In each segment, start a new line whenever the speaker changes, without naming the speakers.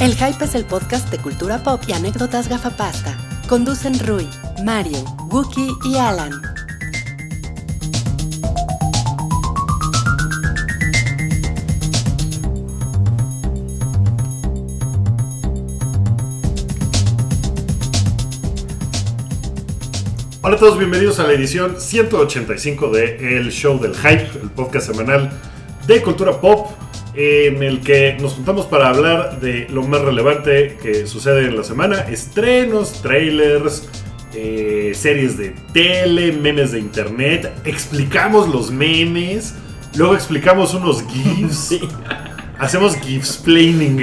El Hype es el podcast de cultura pop y anécdotas gafapasta. Conducen Rui, Mario, Wookie y Alan.
Hola a todos, bienvenidos a la edición 185 de El Show del Hype, el podcast semanal de cultura pop, en el que nos juntamos para hablar de lo más relevante que sucede en la semana, estrenos, trailers, eh, series de tele, memes de internet, explicamos los memes, luego explicamos unos GIFs. Hacemos gifs planning.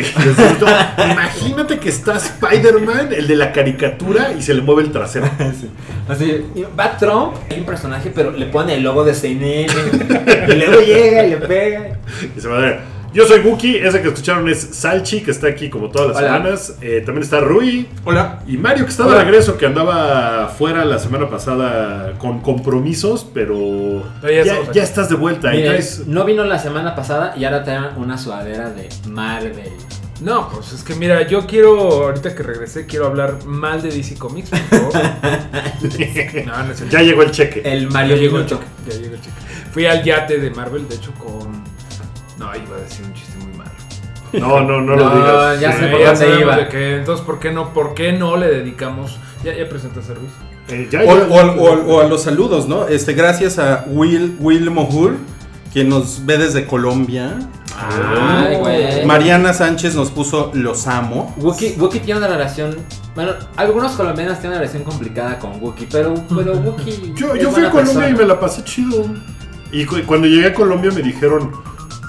Imagínate que está Spider-Man, el de la caricatura, y se le mueve el trasero.
Sí. Así, va Trump, hay un personaje, pero le pone el logo de CNN. y luego llega y le pega.
Y se va a ver. Yo soy Buki, ese que escucharon es Salchi, que está aquí como todas las
Hola.
semanas. Eh, también está Rui.
Hola.
Y Mario, que está de
Hola.
regreso, que andaba fuera la semana pasada con compromisos, pero
Pero ya
ya,
estamos
ya
aquí.
estás de vuelta.
Mira,
ya es-
no vino la semana pasada y ahora traen una sudadera de Marvel.
No, pues es que mira, yo quiero, ahorita que regresé, quiero hablar mal de DC Comics, por favor. No, no es cierto. Ah,
ya llegó el cheque.
El Mario
Ya
llegó
el cheque, Ya llegó el cheque. Fui al yate de Marvel, de hecho, con. No, iba a decir un chiste muy malo.
No, no, no, lo
No,
digas.
ya sé
Eh,
por
ya
dónde
sabemos
iba.
de qué, entonces, ¿por qué no? ¿Por qué no le dedicamos? Ya, ya presenté servicio.
eh, ya-
O-
ya-
Ay,
O, o al- o al- o a los saludos, ¿no? Este, gracias a Will, Will Mohur, quien nos ve desde Colombia.
Ah,
Ay, güey.
Mariana Sánchez nos puso Los Amo.
Wookie, Wookie tiene una relación. Bueno, algunos colombianos tienen una relación complicada con Wookie, pero, pero Wookie.
Yo,
es
yo fui a
buena
Colombia
persona.
y me la pasé chido. Y cu- cuando llegué a Colombia me dijeron,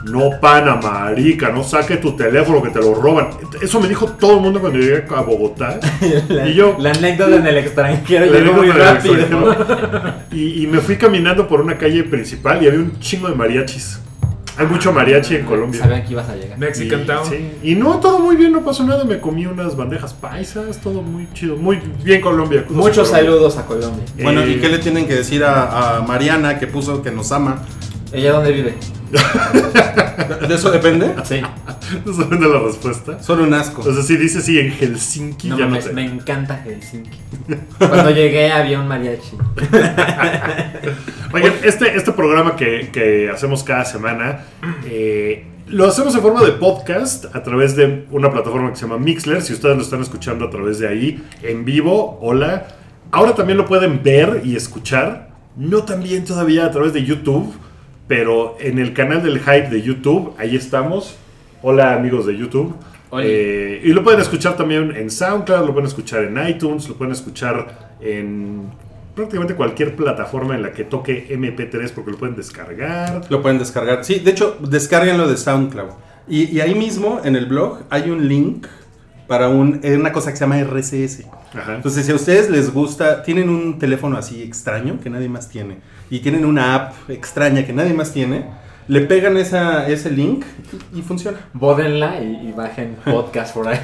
no pana, marica, no saque tu teléfono que te lo roban. Eso me dijo todo el mundo cuando llegué a Bogotá.
La,
y yo-
la anécdota en el extranjero
Le digo
llegó muy
con el
rápido.
extranjero. Y, y me fui caminando por una calle principal y había un chingo de mariachis. Hay mucho mariachi en Colombia.
Sabían que ibas a llegar.
Y,
Mexican Town.
sí. Y no, todo muy bien, no pasó nada. Me comí unas bandejas paisas, todo muy chido. Muy bien Colombia. cosas
Muchos
Colombia.
saludos a Colombia.
Bueno,
Eh,
¿y qué le tienen que decir a, a Mariana que puso que nos ama?
¿Ella dónde vive?
¿De eso depende?
Sí.
Esa es la respuesta.
Solo un asco.
Entonces si dices sí en Helsinki,
No
ya no
mames,
sé.
me encanta Helsinki. Cuando llegué había un mariachi.
Oigan, este, este programa que, que hacemos cada semana eh, lo hacemos en forma de podcast a través de una plataforma que se llama Mixler. Si ustedes lo están escuchando a través de ahí en vivo, hola. Ahora también lo pueden ver y escuchar. No también todavía a través de YouTube, pero en el canal del Hype de YouTube, ahí estamos. Hola amigos de YouTube.
Hola.
Eh, y lo pueden escuchar también en SoundCloud, lo pueden escuchar en iTunes, lo pueden escuchar en prácticamente cualquier plataforma en la que toque MP3 porque lo pueden descargar.
Lo pueden descargar. Sí, de hecho, descárguenlo de SoundCloud. Y, y ahí mismo, en el blog, hay un link para un, eh, una cosa que se llama RSS.
Ajá.
Entonces, si a ustedes les gusta, tienen un teléfono así extraño que nadie más tiene y tienen una app extraña que nadie más tiene, le pegan esa, ese link y, y funciona.
Bódenla y, y bajen podcast por ahí.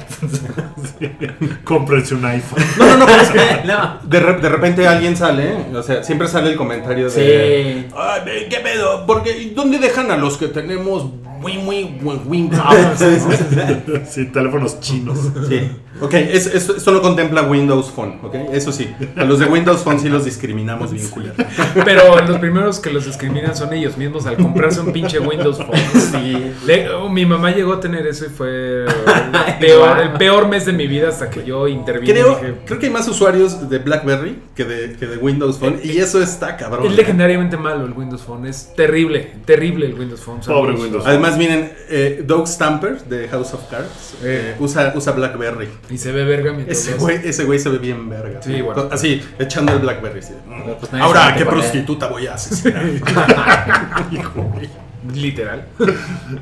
Cómprense un iPhone.
No, no, no, pero es que
no.
de, re- de repente alguien sale, ¿eh? o sea, siempre sale el comentario de...
Sí.
Ay, ve, ¿qué pedo? Porque, ¿y ¿Dónde dejan a los que tenemos muy, muy, muy, muy-
Ah, sí, teléfonos chinos.
Sí. Ok, es- es- esto no contempla Windows Phone, ¿ok? Eso sí, a los de Windows Phone sí los discriminamos bien culero.
Pero los primeros que los discriminan son ellos mismos al comprarse un pinche Windows Phone.
Sí.
Le- oh, mi mamá llegó a tener eso y fue el peor, el peor mes de mi vida hasta que yo intervine. y
Creo,
dije,
creo que hay más usuarios de BlackBerry que de, que de Windows Phone y eso está cabrón.
es legendariamente malo el Windows Phone, es terrible, terrible el Windows Phone.
Pobre Windows.
Además, miren, eh, Doug Stamper de House of Cards eh, usa, usa BlackBerry.
Y se ve verga mientras
Ese
lo
güey,
hace.
ese güey se ve bien verga.
Sí, bueno.
Así, echando el BlackBerry. sí.
Pero pues nadie
Ahora,
sabe
¿qué
cuál es.
prostituta voy a asesinar?
Literal.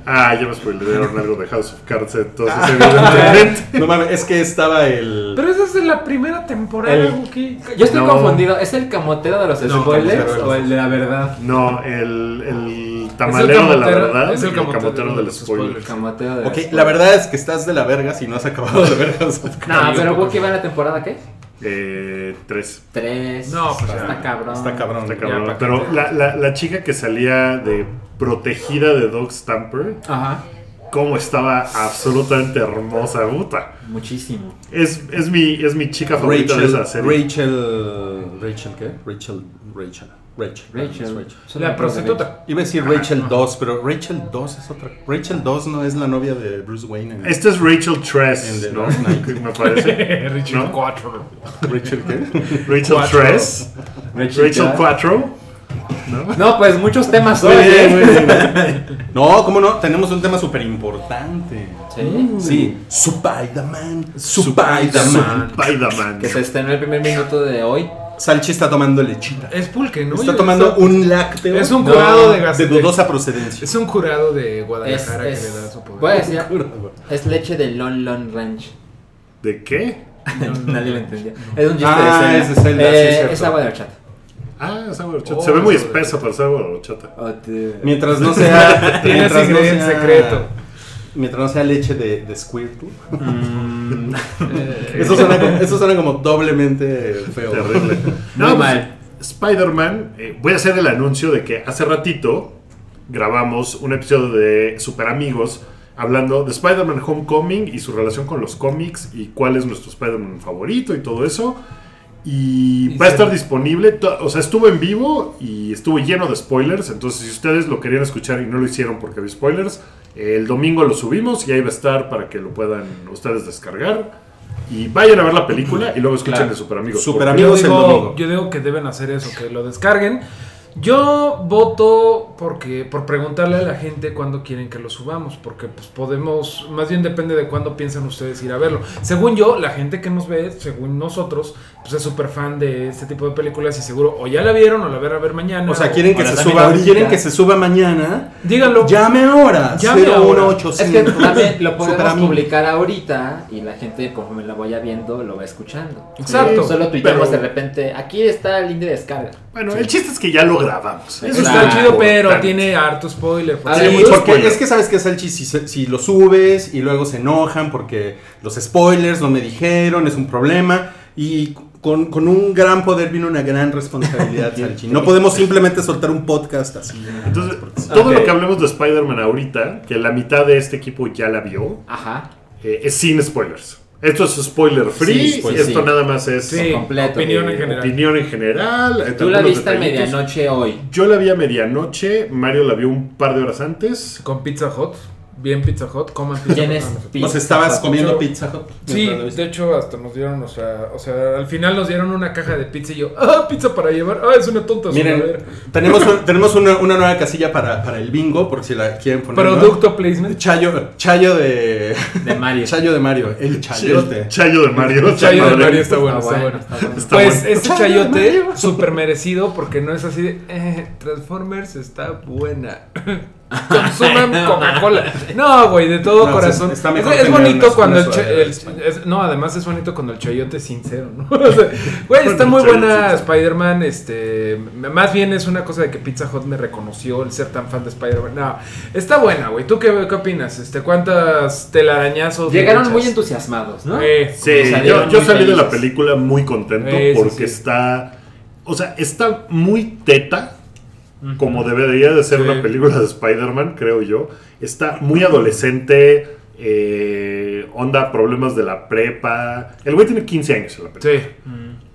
Ah, ya me spoilearon algo de House of Cards, entonces evidentemente.
no mames, es que estaba el...
Pero esa es de la primera temporada,
El-
Wookie.
Yo estoy
No.
confundido. ¿Es el camotero de los
No,
spoilers
camotero.
o el de la verdad?
No, el, el tamalero de la
camotero-
verdad
es el
y
camotero
del spoiler.
El camotero de los
Ok,
spoilers.
la verdad es que estás de la verga si no has acabado de ver House of Cards.
No, pero Wookie va en la temporada, ¿qué?
Eh, tres.
Tres.
No, pues
Ah, está,
ya.
cabrón.
Está cabrón.
Está cabrón.
Ya, pa'
Pero la, la- la chica que salía de protegida de Dog Stamper
Ajá.
cómo estaba absolutamente hermosa, puta.
Muchísimo.
Es, es, mi, es mi chica favorita de
Rachel,
esa serie.
Rachel, Rachel, ¿qué? Rachel, Rachel, Rachel. Es
Rachel. Solo me acuerdo
La
de
prostituta.
Iba a decir Rachel 2, pero Rachel 2 es otra. Rachel 2 no es la novia de Bruce Wayne. en-
Esta Este es Rachel
En
Tress,
The
¿no?
Dark Knight.
Me parece.
Richard
¿No?
4.
Rachel, ¿qué?
Rachel
Cuatro.
Tress.
Rachel.
Rachel Quattro.
No, pues muchos temas hoy.
Muy bien,
¿eh?
muy bien. No, cómo no, tenemos un tema súper importante.
Sí.
Sí, Spider-Man, Spider-Man.
Spider-Man.
Que se estrenó el primer minuto de hoy.
Salchi está tomando lechita.
Es pulque, ¿no?
Está
Yo-
tomando un lácteo.
Es un
de-
curado de
de
gas-
dudosa procedencia.
Es un jurado de
Es,
Guadalajara que le da
es,
su poder.
voy a decir, es leche de Lon Lon Ranch.
¿De qué?
Nadie lo entendía. Es un chiste de
Ah,
Zelda.
es de Zelda, sí,
Eh,
es cierto.
es agua de horchata.
Ah, es agua de horchata.
Oh,
se ve muy
es agua de
espesa para ser agua de horchata.
Mientras no sea.
Tiene
mientras
ese ingrediente secreto.
Mientras no sea leche de, de Squirtle.
Eh,
Mm. Eso suena, como- eso suena como doblemente feo.
Terrible.
Muy
pues,
mal.
Spider-Man, eh, voy a hacer el anuncio de que hace ratito grabamos un episodio de Super Amigos hablando de Spider-Man Homecoming y su relación con los cómics y cuál es nuestro Spider-Man favorito y todo eso. Y,
Y
va a
se-
estar disponible, to- o sea, estuvo en vivo y estuvo lleno de spoilers, entonces si ustedes lo querían escuchar y no lo hicieron porque había spoilers, el domingo lo subimos y ahí va a estar para que lo puedan ustedes descargar. Y vayan a ver la película y luego escuchen
Claro.
de Super Amigos.
Super
porque-
Amigos.
yo,
Amigos el
digo,
domingo.
yo digo que deben hacer eso, que lo descarguen. Yo voto porque por preguntarle a la gente cuándo quieren que lo subamos, porque pues podemos, más bien depende de cuándo piensan ustedes ir a verlo. Según yo, la gente que nos ve, según nosotros, pues es súper fan de este tipo de películas y seguro o ya la vieron o la van a ver mañana.
O sea, quieren que
Ahora
se
también
suba.
ahorita.
Quieren que se suba mañana.
Díganlo.
Llame ahora.
Llame ahora.
01800.
Es que también lo podemos
Superamigo.
publicar ahorita y la gente, conforme la vaya viendo, lo va escuchando.
Exacto.
Solo tuiteamos
pero-
de repente, aquí está el link de descarga.
Bueno, el chiste es que ya lo grabamos.
Eso
Claro.
está chido, pero tiene harto spoiler. pues, porque-
Sí,
Sí,
mucho
porque
spoiler.
es que sabes que Salchi, si, se- si lo subes y luego se enojan porque los spoilers no me dijeron, es un problema. Y con, con un gran poder viene una gran responsabilidad, Salchi. No podemos simplemente soltar un podcast así.
Entonces, todo
Ok.
lo que hablemos de Spider-Man ahorita, que la mitad de este equipo ya la vio,
Ajá.
eh, es sin spoilers. Esto es spoiler free,
Sí, spoiler,
esto
sí.
nada más es
Sí,
completo,
opinión
eh,
en general.
opinión en general. eh,
Tú la
algunos
viste a
detallitos.
medianoche hoy.
Yo la vi a medianoche, Mario la vio un par de horas antes.
Con Pizza Hot, bien Pizza Hot, coman Pizza
¿Quién
Hot.
es?
no, no sé.
Nos estabas
Pizza Hut.
comiendo pizza. Hut
Sí,
mientras lo viste.
de hecho hasta nos dieron, o sea, o sea, al final nos dieron una caja de pizza y yo, ah, pizza para llevar, ah, es una tonta.
Miren,
sudadera".
tenemos, un- tenemos una, una nueva casilla para, para el bingo, por si la quieren poner. ¿no?
producto placement.
Chayo, chayo de.
De Mario.
Chayo de Mario. El chayote.
El chayo de Mario.
El chayo de
madre.
Mario está bueno,
Está
está
bueno,
bueno.
está bueno.
Está
Pues
bueno.
este chayote, súper merecido, porque no es así de, "Eh, Transformers está buena. Consuman Coca-Cola. No, güey, de todo
No,
corazón.
es- está
Es-
mejor
es,
tener
bonito
una-
cuando
una
el, cha-
sudadera
el-
de Spider-Man.
es- No, además es bonito cuando el chayote es sincero, ¿no? O sea, güey, está muy
Cuando el
buena
chayote es
Spider-Man. Este, m- más bien es una cosa de que Pizza Hut me reconoció el ser tan fan de Spider-Man. No, está buena, güey. ¿Tú qué, qué opinas? Este, ¿Cuántas telarañazos?
Llegaron
le
muy
echas?
entusiasmados, ¿no?
Eh,
Sí,
Salieron
yo, yo
muy
salí de la
felices.
película muy contento
Eh, sí,
porque
sí.
está. O sea, está muy teta, como debería de ser
Sí.
una película de Spider-Man, creo yo. Está muy adolescente, eh, onda, problemas de la prepa. El güey tiene 15 años en la prepa.
Sí.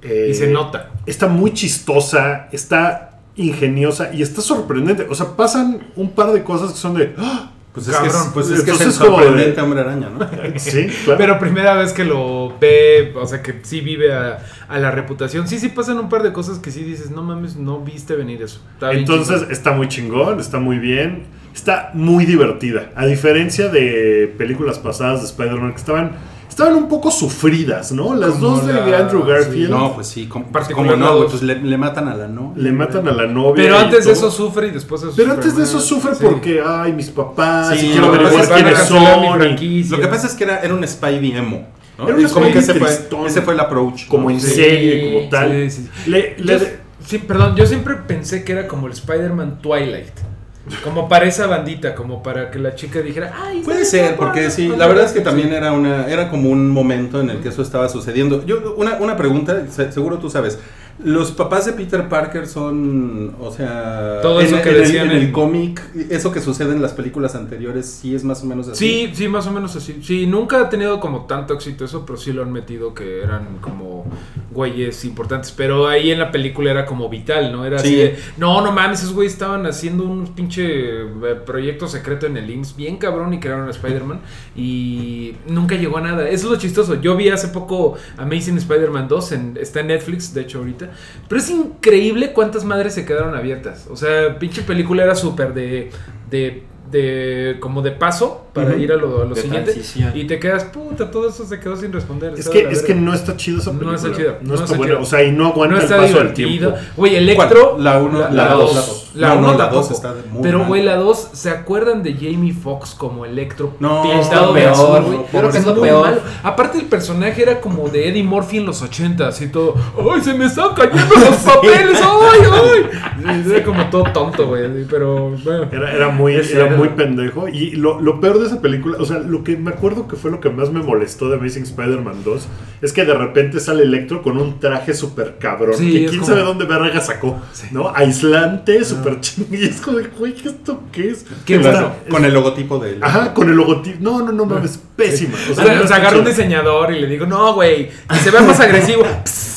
Eh,
Y se nota.
Está muy chistosa, está ingeniosa y está sorprendente. O sea, pasan un par de cosas que son de. ¡Ah!
Pues es que, es-
Cabrón.
pues es, que es
Entonces
el
es como de-
sorprendente hombre araña, ¿no?
Sí, claro.
Pero primera vez que lo ve, o sea, que sí vive a, a la reputación. Sí, sí pasan un par de cosas que sí dices, no mames, no viste venir eso. Está bien
Entonces
chingón.
está muy chingón, está muy bien, está muy divertida. A diferencia de películas pasadas de Spider-Man que estaban, estaban un poco sufridas, ¿no? Las
Como
dos de
la-
Andrew Garfield
No, pues sí, como,
Particular
como no, güey,
dos.
pues le, le matan a la no.
le matan a la novia.
Pero
y
antes de
todo.
eso sufre y después de eso
Pero
sufre
antes de
más.
eso sufre
Sí.
porque, ay, mis papás,
Sí,
y quiero
no,
averiguar
pues van a
quiénes
cancelar mi
son. y-
franquicia.
Lo que pasa es que era, era un Spidey emo. ¿no?
Era un
Y como
Spidey
que ese
tristón.
fue, ese fue el approach.
Como
¿no?
en
Sí.
serie, como tal.
Sí, sí, sí.
Le- le-
Yo- sí, perdón, yo siempre pensé que era como el Spider-Man Twilight. Como para esa bandita, como para que la chica dijera, ay,
Puede
está
ser,
bien
porque
guapa,
sí,
está
la verdad
bien".
es que también era una era como un momento en el que eso estaba sucediendo. Yo una, una pregunta, se- seguro tú sabes, Los papás de Peter Parker son, o sea,
Todo
en-
eso
en,
que
el-
decían
en el,
en-
cómic, eso que sucede en las películas anteriores, sí es más o menos así.
Sí, sí, más o menos así. Sí, nunca ha tenido como tanto éxito eso, pero sí lo han metido que eran como güeyes importantes. Pero ahí en la película era como vital, ¿no? Era
Sí.
así de, no, no mames, esos güeyes estaban haciendo un pinche eh, proyecto secreto en el IMSS bien cabrón y crearon a Spider-Man y nunca llegó a nada. Eso es lo chistoso. Yo vi hace poco Amazing Spider-Man 2, en- está en Netflix, de hecho, ahorita. Pero es increíble cuántas madres se quedaron abiertas. O sea, pinche película era súper de, de, de- como de paso para
Ujú.
ir a lo, a lo
De
siguiente.
transición.
Y te quedas, puta, todo eso se quedó sin responder.
Es
está
que,
de la
es que
verga.
no está chido esa
No
película.
está chida, no
No está
está
buena.
chida.
O sea, y no aguanta
No
el
está
paso del
divertido.
tiempo.
Güey,
¿Cuál?
Electro.
la 1, la,
la
la
dos.
dos.
La
No, no,
uno
la 2
tampoco.
está de muy
Pero,
mal.
güey, la 2, ¿se acuerdan de Jamie Foxx como Electro?
No,
Pintado de
peor,
azul,
güey.
güey.
Yo creo que es lo
Muy
peor.
malo. Aparte, el personaje era como de Eddie Murphy en los 80 así todo. ¡Ay, se me están cayendo los papeles! ¡Ay, ay! Era como todo tonto, güey. así, Pero, bueno.
Era, era muy,
Es
era
cierto.
muy pendejo. Y lo, lo peor de esa película, o sea, lo que me acuerdo que fue lo que más me molestó de Amazing Spider-Man 2 es que de repente sale Electro con un traje súper cabrón.
Sí,
que
es
quién
como- Ah.
sabe dónde verga sacó, ¿no? Aislante, súper chingón. Y es como, de, güey, ¿esto qué es?
Qué
O sea,
bueno.
es-
Con el logotipo del...
Ajá, con el logotipo. No, no, no mames, pésima.
Ah. O sea,
no
nos
está
agarró un
chido.
diseñador y le digo, no, güey, que se vea más agresivo.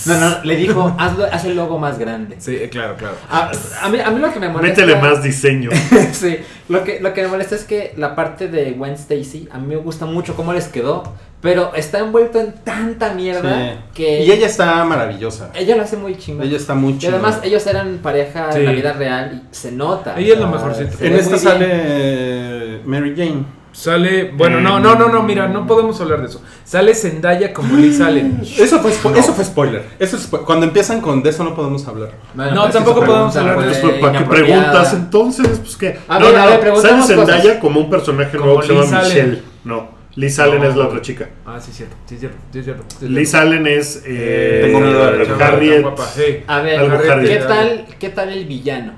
No, no, le dijo, hazlo- haz el logo más grande.
Sí, eh, claro, claro.
A, a mí, a mí lo que me molesta.
Métele más diseño.
sí, lo que, lo que me molesta es que la parte de Gwen Stacy, a mí me gusta mucho cómo les quedó, pero está envuelto en tanta mierda
Sí.
que.
Y ella está maravillosa.
ella lo hace muy chingón.
Ella está muy
y
chida.
además, ellos eran pareja
Sí.
en la vida real y se nota.
Ella es
o
la
sea,
mejorcita.
se
en
ve
esta
muy
sale
bien.
eh, Mary Jane.
Sale, bueno, no, no, no, no, mira, no podemos hablar de eso. Sale Zendaya como Liz Allen.
Eso fue, spo- eso fue spoiler. Eso es spo- cuando empiezan con de eso no podemos hablar.
Bueno,
No,
pero es que
tampoco
su
podemos
pregunta
hablar de
fue
Pues, ¿Para qué
inapropiada.
preguntas entonces? Pues que.
A ver, a ver, preguntemos
Sale Zendaya
cosas.
como un personaje
Como
nuevo que se
Liz
llama
Allen.
Michelle. No, Liz Allen
No.
es la otra chica.
Ah, sí, cierto, sí, cierto, sí, cierto. sí, cierto.
Liz Allen es. Eh,
Tengo miedo de la
Chava,
Harriet. Ah,
guapa, sí.
A
Algo
ver,
Harriet.
¿qué tal, ¿qué tal el villano?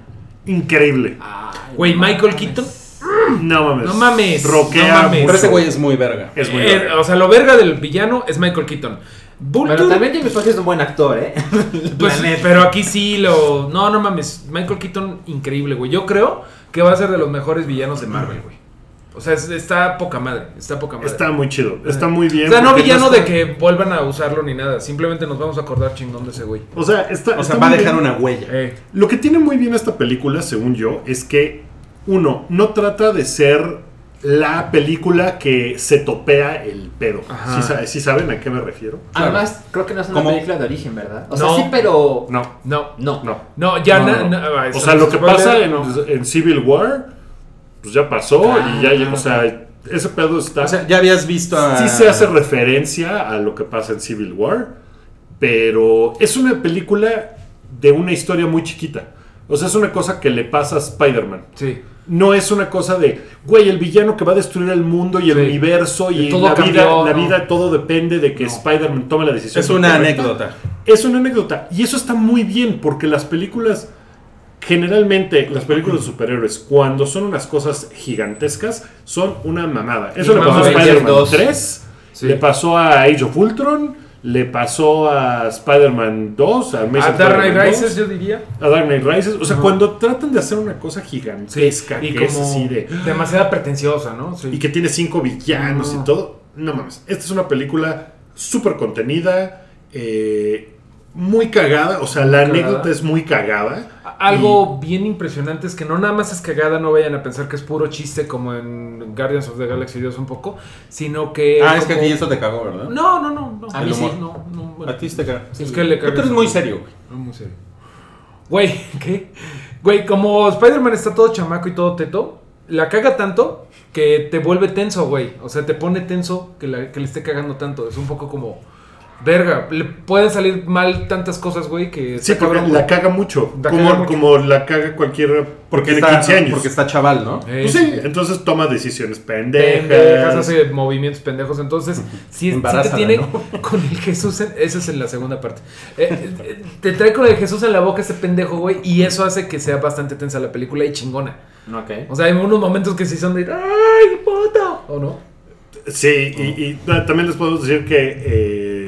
Increíble.
Ay,
Güey,
no
Michael
mames.
Keaton.
No mames.
No mames,
Roquea.
no mames.
Pero ese
mucho.
güey es muy verga.
Es muy.
Eh,
verga.
o sea, lo verga del villano es Michael Keaton. Vulture,
Pero también Jamie Foxx es un buen actor, ¿eh?
pues,
La neta.
pero aquí sí lo. No, no mames. Michael Keaton, increíble, güey. Yo creo que va a ser de los mejores villanos de Marvel, güey. O sea, es- está poca madre. Está poca madre.
Está muy chido. Está muy bien.
Eh. o sea, no
porque
villano
está-
de que vuelvan a usarlo ni nada. Simplemente nos vamos a acordar chingón de ese güey.
O sea, está,
O
está
sea, va a
muy
dejar
bien.
una huella.
Eh.
Lo que tiene muy bien esta película, según yo, es que, uno, no trata de ser la película que se topea el pedo.
Ajá.
¿Sí, sa- sí saben a qué me refiero?
Además, creo que no es una
Como-
película de origen, ¿verdad? O sea,
No.
sí, pero.
No.
No,
No.
No.
no, ya.
No,
na-
no.
na- ah,
O
eso
sea,
no
lo
se
que
puede
pasa eh,
leer,
en, pues,
no.
en Civil War, pues ya pasó y ya, ya, o sea, ese pedo está...
Ah, O sea, ya habías visto a.
sí se hace referencia a lo que pasa en Civil War, pero es una película de una historia muy chiquita. O sea, es una cosa que le pasa a Spider-Man.
Sí.
No es una cosa de, güey, el villano que va a destruir el mundo y el
Sí.
universo y
Que todo
la,
cambió,
vida, la
¿no?
vida, todo depende de que Spider-Man tome la decisión.
Es una
correcta.
anécdota.
Es una anécdota. Y eso está muy bien porque las películas, generalmente las películas de superhéroes, cuando son unas cosas gigantescas, son una mamada. Eso
Y
le pasó a
Avengers
Spider-Man
2.
3,
Sí.
le pasó a Age of Ultron, le pasó a Spider-Man 2, a Amazing
A Ah, Dark Knight
Spider-Man 2,
Rises, yo diría.
a Dark Knight Rises. O sea,
Ajá.
cuando tratan de hacer una cosa gigantesca,
Y
que es
como
así de
demasiada pretenciosa, ¿no? Sí.
y que tiene cinco villanos
No.
y todo. No mames. Esta es una película súper contenida, eh, muy cagada. O sea, la
Muy
anécdota
cagada.
es muy cagada.
A- Algo bien impresionante es que no nada más es cagada, no vayan a pensar que es puro chiste como en Guardians of the Galaxy 2 un poco, sino que...
Ah, es que a
como-
ti eso te cagó, ¿verdad?
No, no, no, no.
A mí sí.
No, no, bueno.
A ti te cagó.
Es que le
Tú
cagas.
eres muy serio, güey.
No, muy serio. Güey, ¿qué? Güey, como Spider-Man está todo chamaco y todo teto, la caga tanto que te vuelve tenso, güey. O sea, te pone tenso que, la- que le esté cagando tanto. Es un poco como... Verga, le pueden salir mal tantas cosas, güey, que...
Sí,
está
porque
cabrón,
la
güey.
caga mucho.
La
como,
caga mucho.
como la caga cualquier. Porque tiene
está,
15 años.
Porque está chaval, ¿no?
Eh,
Pues sí, entonces toma decisiones pendejas.
pendejas, hace movimientos pendejos. Entonces, si, te
Embarázala,
tiene
¿no?
con el Jesús, en- eso es en la segunda parte. Eh, eh, te trae con el Jesús en la boca ese pendejo, güey, y eso hace que sea bastante tensa la película y chingona.
Ok.
O sea, hay unos momentos que sí son de ¡ay, puta! ¿O no?
Sí, y, y ta- también les podemos decir que eh,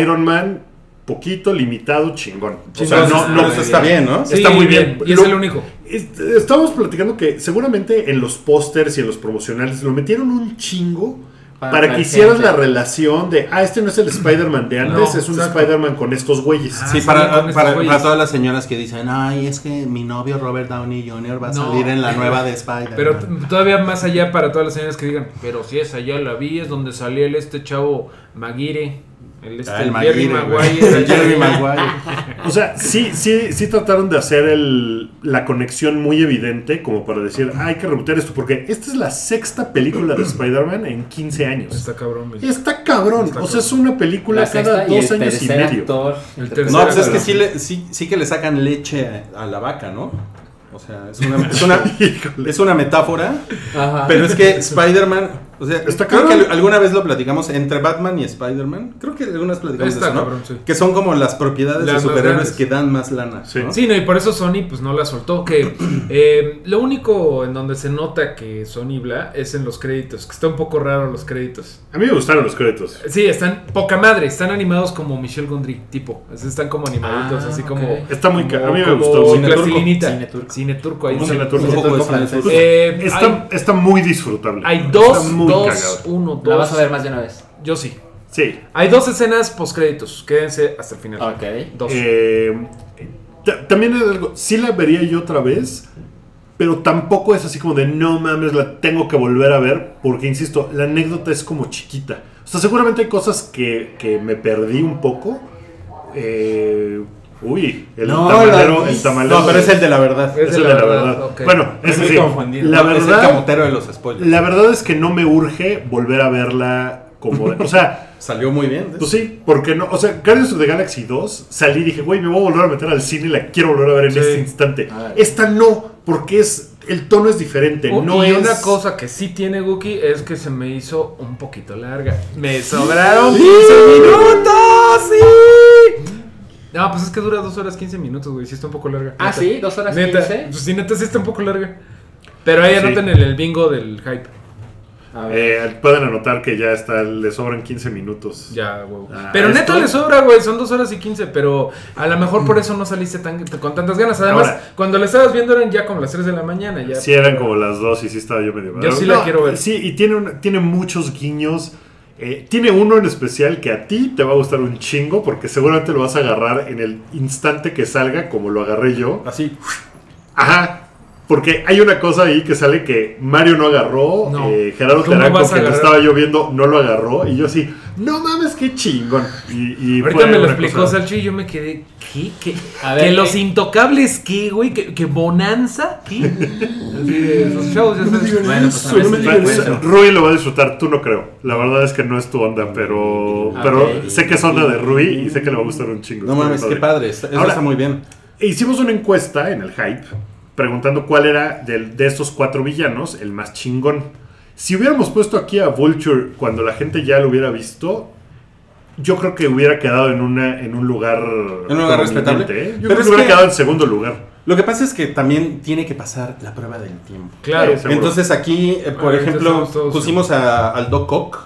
Iron Man poquito, limitado, chingón. O sea,
Chingón,
no, no,
pero eso está bien, ¿no?
Está muy bien.
Y es
Lo-
el único.
Est- Estamos platicando que seguramente en los pósters y en los promocionales lo metieron un chingo para,
Para
que
la
hicieras
gente.
la relación de, ah, este no es el Spider-Man de antes,
No,
es un
exacto.
Spider-Man con estos güeyes.
Ah,
Sí,
sí,
para,
con estos
para-
güeyes.
para todas las señoras que dicen, ay, es que mi novio Robert Downey Jr. va a
No.
salir en la nueva de Spider-Man. Ah,
Pero t- todavía más allá para todas las señoras que digan, pero si es allá la vi, es donde salía el este chavo Maguire. El este
Ah, el
Jerry
Maguire, güey.
Maguire.
El Jerry Maguire.
O sea, sí, sí, sí trataron de hacer el- la conexión muy evidente como para decir, ah, hay que rebotear esto, porque esta es la sexta película de Spider-Man en 15 años.
Está cabrón. güey.
Está cabrón,
Está
o sea,
cabrón.
es una película
La
cada
sexta y
dos
el
años y
tercer
medio.
actor.
El tercer
No, pues es que
Pero-
sí, le, sí, sí que le sacan leche a la vaca, ¿no? O sea, es una, es una,
Híjole.
es una metáfora,
Ah,
Ajá.
pero es que Spider-Man, o sea,
Está
creo que
cabrón.
al- alguna vez lo platicamos entre Batman y Spider-Man, creo que algunas platicamos de
Está
eso, ¿no?
cabrón, sí.
Que son como las propiedades
Las
de
más
superhéroes
grandes.
que dan más lana,
Sí.
¿no?
Sí, no, y por eso Sony pues no la soltó. Que eh, lo único en donde se nota que Sony bla es en los créditos, que está un poco raro los créditos.
A mí me gustaron los créditos.
Sí, están poca madre, están animados como Michel Gondry, tipo. Así Están como animaditos,
Ah,
así
ok.
como.
Está muy
como-
ca- a mí me
como
gustó.
Cine turco.
Plastilinita.
Cine turco.
Cine turco ahí.
Un cine
Un
turco.
poco de
Turco francés.
francés.
Eh,
Está, está muy disfrutable.
hay, hay dos,
Está muy
dos,
cagado.
uno, dos.
Eh, La vas a ver más de una vez.
Yo sí.
Sí.
Hay dos escenas post créditos. Quédense hasta el final.
Ok.
Dos.
Eh, ta- también es algo. Sí la vería yo otra vez. Pero tampoco es así como de no mames, la tengo que volver a ver. Porque insisto, la anécdota es como chiquita. O sea, seguramente hay cosas que, que me perdí un poco. Eh, uy, el
No,
tamalero.
la-
el tamalero
No, pero es el de la verdad.
Es
es el de la verdad.
ok.
Bueno, es
Estoy
decir,
confundido.
la
Es el
verdad.
camotero de los spoilers.
La verdad es que no me urge volver a verla como. de- o sea.
Salió muy bien.
Pues sí, porque no, o sea, Guardians of the Galaxy 2 salí y dije, güey, me voy a volver a meter al cine y la quiero volver a ver en
Sí.
este instante.
Ah,
Esta no, porque es el tono es diferente,
Oh,
no
y
es
una cosa que sí tiene Guki es que se me hizo un poquito larga. Me sobraron 15 minutos, sí. No, pues es que dura 2 horas 15 minutos, güey. Sí está un poco larga.
Ah,
Neta.
sí, dos horas
Neta.
quince.
Pues sí, neta, sí está un poco larga. Pero ahí
Sí.
anoten el, el bingo del hype.
A ver.
Eh, pueden anotar que ya está le sobran 15 minutos.
Ya, huevo.
Ah,
pero
esto-
neta le sobra, güey. Son 2 horas y 15. Pero a lo mejor por eso no saliste tan, con tantas ganas. Además,
Ahora-
cuando la estabas viendo eran ya como las 3 de la mañana. Ya,
Sí eran como las dos y sí estaba yo medio
Yo sí la quiero ver.
Sí, y tiene un- tiene muchos guiños. eh, tiene uno en especial que a ti te va a gustar un chingo porque seguramente lo vas a agarrar en el instante que salga como lo agarré yo.
Así.
Ajá. Porque hay una cosa ahí que sale que Mario no agarró,
No.
eh, Gerardo
¿Cómo
Terán,
vas
con
a
quien lo
agarrar?
estaba yo viendo, no lo agarró. Y yo así, no mames, qué chingón. Y, y
Ahorita
fue
me lo
una
explicó
cosa-
Salchi y yo me quedé, ¿qué? ¿Qué?
A
¿Que
ver,
los
eh.
intocables qué, güey? ¿Que, que bonanza? ¿Qué? Así de esos shows, ya sabes.
Bueno, pues a
Soy-
ver si te
Rui-
encuentro.
Rui lo va a disfrutar, tú no creo. La verdad es que no es tu onda, pero,
Ah,
pero
ok.
sé que es onda de Rui y sé que le va a gustar un chingo.
No
Está
mames,
muy
qué padre. está- Eso
Ahora-
está muy bien.
E Hicimos una encuesta en el hype preguntando cuál era del- de estos cuatro villanos el más chingón. Si hubiéramos puesto aquí a Vulture cuando la gente ya lo hubiera visto, yo creo que hubiera quedado en, una, en un lugar.
En un
prominente,
lugar respetable.
¿eh? Yo
Pero
creo que
es
hubiera
que-
quedado en segundo lugar.
Lo que pasa es que también tiene que pasar la prueba del tiempo.
Claro.
Eh, seguro.
Entonces aquí, eh, por
Ah,
ejemplo,
entonces todos-
pusimos a- al Doc Ock,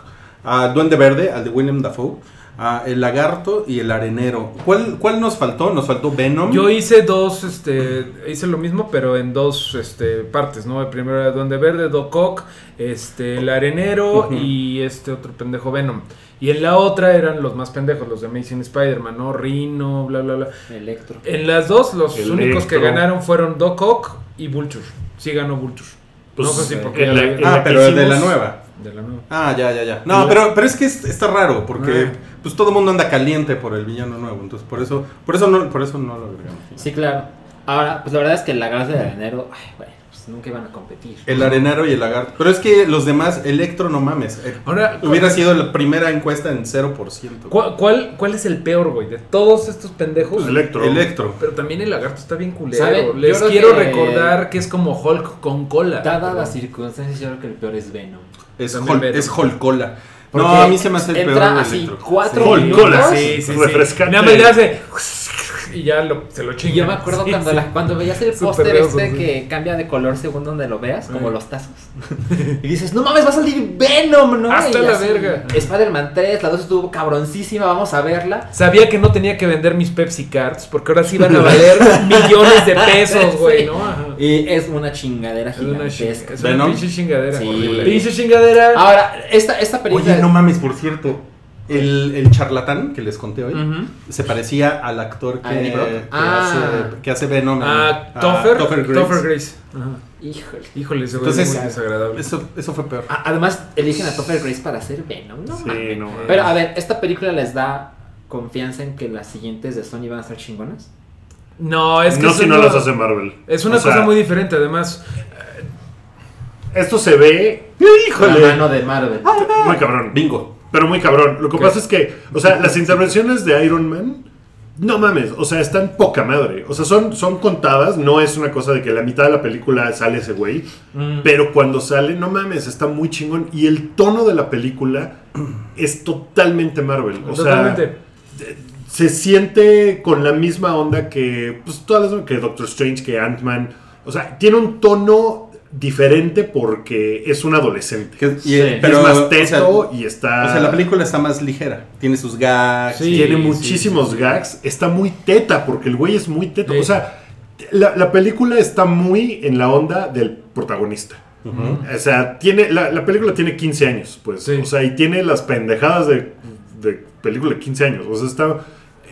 a Duende Verde, al de William Dafoe, a El Lagarto y El Arenero. ¿Cuál, cuál nos faltó? Nos faltó Venom.
Yo hice dos, este, hice lo mismo, pero en dos este, partes, ¿no? El primero era Duende Verde, Doc Ock, este, el arenero
Ujú.
y este otro pendejo Venom. Y en la otra eran los más pendejos, los de Amazing Spider-Man, ¿no? Rino, bla, bla, bla.
Electro.
En las dos, los
Electro.
únicos que ganaron fueron Doc Ock y Vulture. Sí ganó Vulture.
Pues,
no sé si
eh,
porque
en
ya
la-
la vi.
en
ah,
que
pero de la
hicimos-
nueva.
de la nueva.
Ah, ya, ya, ya. No, pero, pero es que es- está raro, porque pues todo el mundo anda caliente por el villano nuevo. Entonces, por eso, por eso no, por eso no lo agregamos.
Sí, claro. Ahora, pues la verdad es que el lagarto de enero, ay, bueno, pues nunca iban a competir.
El arenero y el lagarto. Pero es que los demás, Electro, no mames. Eh,
Ahora,
hubiera
¿cuál-
sido la primera encuesta en 0%.
¿Cuál, cuál, cuál es el peor, güey? De todos estos pendejos.
Electro.
Electro.
Pero también el lagarto está bien culero.
¿Sabe?
Les
Yo creo
quiero
que-
recordar que es como Hulk con cola.
Dadas
Pero-
las circunstancias, yo creo que el peor es Venom.
Es,
También
Hol-
Venom.
es Holcola.
Porque
No, a mí se me hace el
entra
peor
así
Electro.
cuatro
Sí.
Hulk,
minutos.
cola,
Sí, sí, sí.
Refrescante.
Nada más le hace. y ya lo, se lo
Y
chingan.
yo me acuerdo
Sí,
cuando,
sí.
la- cuando veías el
Súper
póster
reosos,
este
sí.
que cambia de color según donde lo veas, como los tazos. y dices, no mames, va a salir Venom, ¿no?
Hasta
Y
la
así,
verga.
Spider-Man 3, la 2 estuvo cabroncísima, vamos a verla.
Sabía que no tenía que vender mis Pepsi Cards porque ahora sí van a valer millones de pesos, güey,
Sí.
¿no? Ajá.
Y es una chingadera
Es una, chinga-
gigantesca.
es una
Venom.
pinche chingadera.
Sí. Ah,
horrible. Pinche chingadera.
Ahora, esta, esta película.
Oye, no mames, por cierto. El, el charlatán que les conté hoy
Ujú.
se parecía al actor que,
Mm. ¿A Eddie Brock?
que
Ah.
hace, que hace Venom.
Ah,
a
Topher,
Topher Grace.
Ajá.
Híjole.
Híjole, eso
Entonces,
muy desagradable.
Eso, eso fue peor.
A- Además, eligen a Topher Grace para hacer Venom, ¿no?
Sí,
mames.
no mames.
Pero
ah,
a ver, ¿esta película les da confianza en que las siguientes de Sony van a ser chingonas?
No, es que
no
es
si no
una-
las hace Marvel.
Es una
O sea,
cosa muy diferente, además.
Esto se ve
La mano de Marvel.
muy cabrón.
Bingo.
Pero muy cabrón. Lo que
Ok.
pasa es que, o sea, las intervenciones de Iron Man, no mames, o sea, están poca madre. O sea, son, son contadas, no es una cosa de que la mitad de la película sale ese güey, pero cuando sale, no mames, está muy chingón. Y el tono de la película es totalmente Marvel. O sea,
totalmente.
se siente con la misma onda que pues, todas las que Doctor Strange, que Ant-Man. O sea, tiene un tono diferente porque es un adolescente.
Que- y-
Sí.
pero,
es más
o
teto
sea,
y está.
o sea, la película está más ligera. Tiene sus gags.
Sí.
tiene
sí,
muchísimos gags. Está muy teta, porque el güey es muy teto.
Sí.
O sea, la, la película está muy en la onda del protagonista. O sea, tiene, la, la película tiene 15 años, pues.
Sí.
O sea, y tiene las pendejadas de, de película de 15 años. O sea, está,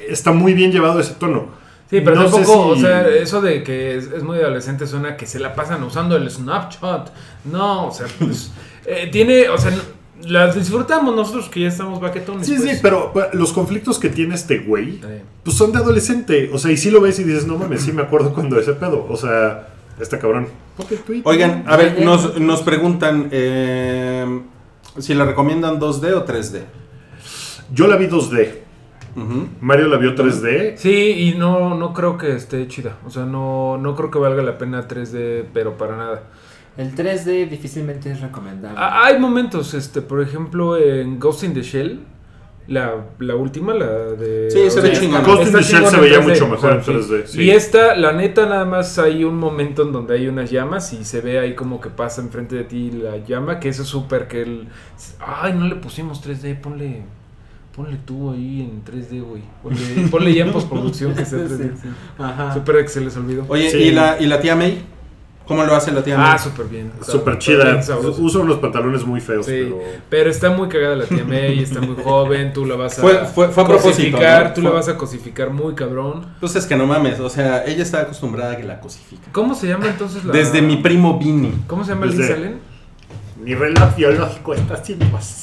está muy bien llevado ese tono.
Sí, pero
No sé
tampoco,
si-
o sea, eso de que es, es muy adolescente suena que se la pasan usando el Snapchat. No, o sea, pues, eh, tiene, o sea, no- las disfrutamos nosotros que ya estamos baquetones.
Sí,
pues.
sí, pero pero los conflictos que tiene este güey,
Sí.
pues son de adolescente. O sea, y si lo ves y dices, no mames, sí me acuerdo cuando ese pedo. O sea, está cabrón. Ponte el tweet.
Oigan, a ver, nos, nos preguntan eh, si la recomiendan 2D o 3D.
Yo la vi 2D.
Ujú.
Mario la vio 3D.
Sí, y no, no creo que esté chida. O sea, no, no creo que valga la pena 3D, pero para nada.
El 3D difícilmente es recomendable.
Ah, Hay momentos, este, por ejemplo, en Ghost in the Shell, la, la última, la de...
Sí, se ve
Sí,
chingón.
está
Ghost in the Shell
chingón
se
en
veía
3D,
mucho mejor en
o sea, sí.
3D, sí.
Y esta, la neta, nada más hay un momento en donde hay unas llamas y se ve ahí como que pasa enfrente de ti la llama, que eso es súper que el... Ay, no le pusimos 3D, ponle... Ponle tú ahí en 3D, güey. Ponle, ponle ya en postproducción que sea 3D.
Sí. Ajá.
Súper que se les olvidó.
Oye,
Sí.
¿y, la, ¿y la tía May? ¿Cómo lo hace la tía May?
Ah, súper bien. Está
Súper
bien
chida.
sabroso.
Usa unos pantalones muy feos,
Sí,
pero.
pero está muy cagada la tía May, está muy joven, tú la vas a
Fue- fue- fue a propósito,
cosificar,
¿no?
tú
Fue-
la vas a cosificar muy cabrón.
Entonces Pues que no mames, o sea, ella está acostumbrada a que la cosifica.
¿Cómo se llama entonces la
Desde mi primo Vini.
¿Cómo se llama
Desde-
Liz Allen?
Mi reloj biológico está haciendo más.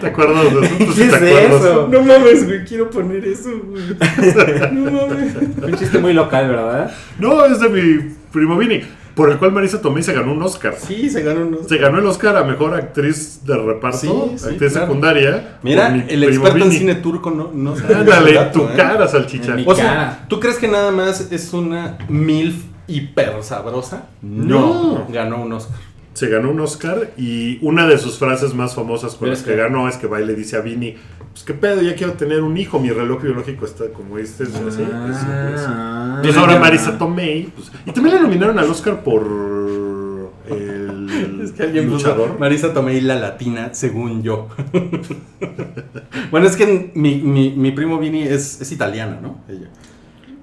¿Te acuerdas de eso? ¿Tú sí te acuerdas?
No mames, güey, quiero poner eso, güey. No mames.
Un chiste muy local, ¿verdad?
No, es de mi primo Vini, por el cual Marisa Tomei se ganó un Oscar.
Sí, se ganó unos.
Se ganó el Oscar a mejor actriz de reparto,
Sí, sí,
actriz
claro.
secundaria.
Mira,
por mi
el
primo
experto en
Vini.
cine turco no, no sabe ese
Ándale,
dato,
tu
¿eh?
cara, salchicha.
En mi-
O sea,
Cara.
¿tú crees que nada más es una MILF hiper sabrosa?
No.
Ganó un Oscar.
Se ganó un Oscar y una de sus frases más famosas con
Pero
las
es
que
que-
ganó es que va y le dice a Vini, pues qué pedo, ya quiero tener un hijo, mi reloj biológico está como este. es así, es-
Ah.
es-
Ah.
Entonces ahora Marisa Tomei. pues, y también la nominaron al Oscar por el
Es que alguien puso
luchador.
Marisa Tomei la latina, según yo. bueno, es que mi, mi- mi primo Vini es, es italiana, ¿no? Ella.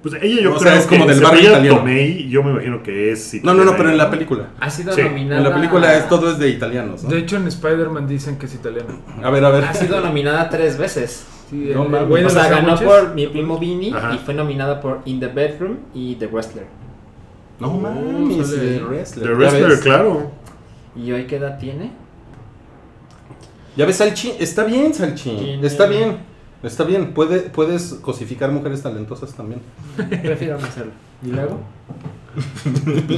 Pues ella yo
O
creo
sea, es
que
como del
se
barrio
apellida
italiano.
Tomei, yo me imagino que es.
No, no, no,
italiana.
pero en la película.
Ha sido
Sí, en la
nominada.
En la película es, todo es de italianos, ¿no?
De hecho, en Spider-Man dicen que es italiano.
A ver, a ver.
Ha sido nominada tres veces.
Sí,
No
el- el
mames.
güey de
O sea,
las
ganó
sándwiches.
por Mi Primo Vini
Ajá.
y fue nominada por In the Bedroom y The Wrestler.
No
Uh,
mames,
sale-
The Wrestler.
The
¿Ya
Wrestler,
ves?
claro.
¿Y hoy qué edad tiene?
Ya ves, Salchi, está bien, Salchi.
Tiene-
Está bien. Está bien. Puede, puedes cosificar mujeres talentosas también.
Prefiero no hacerlo. ¿Y luego?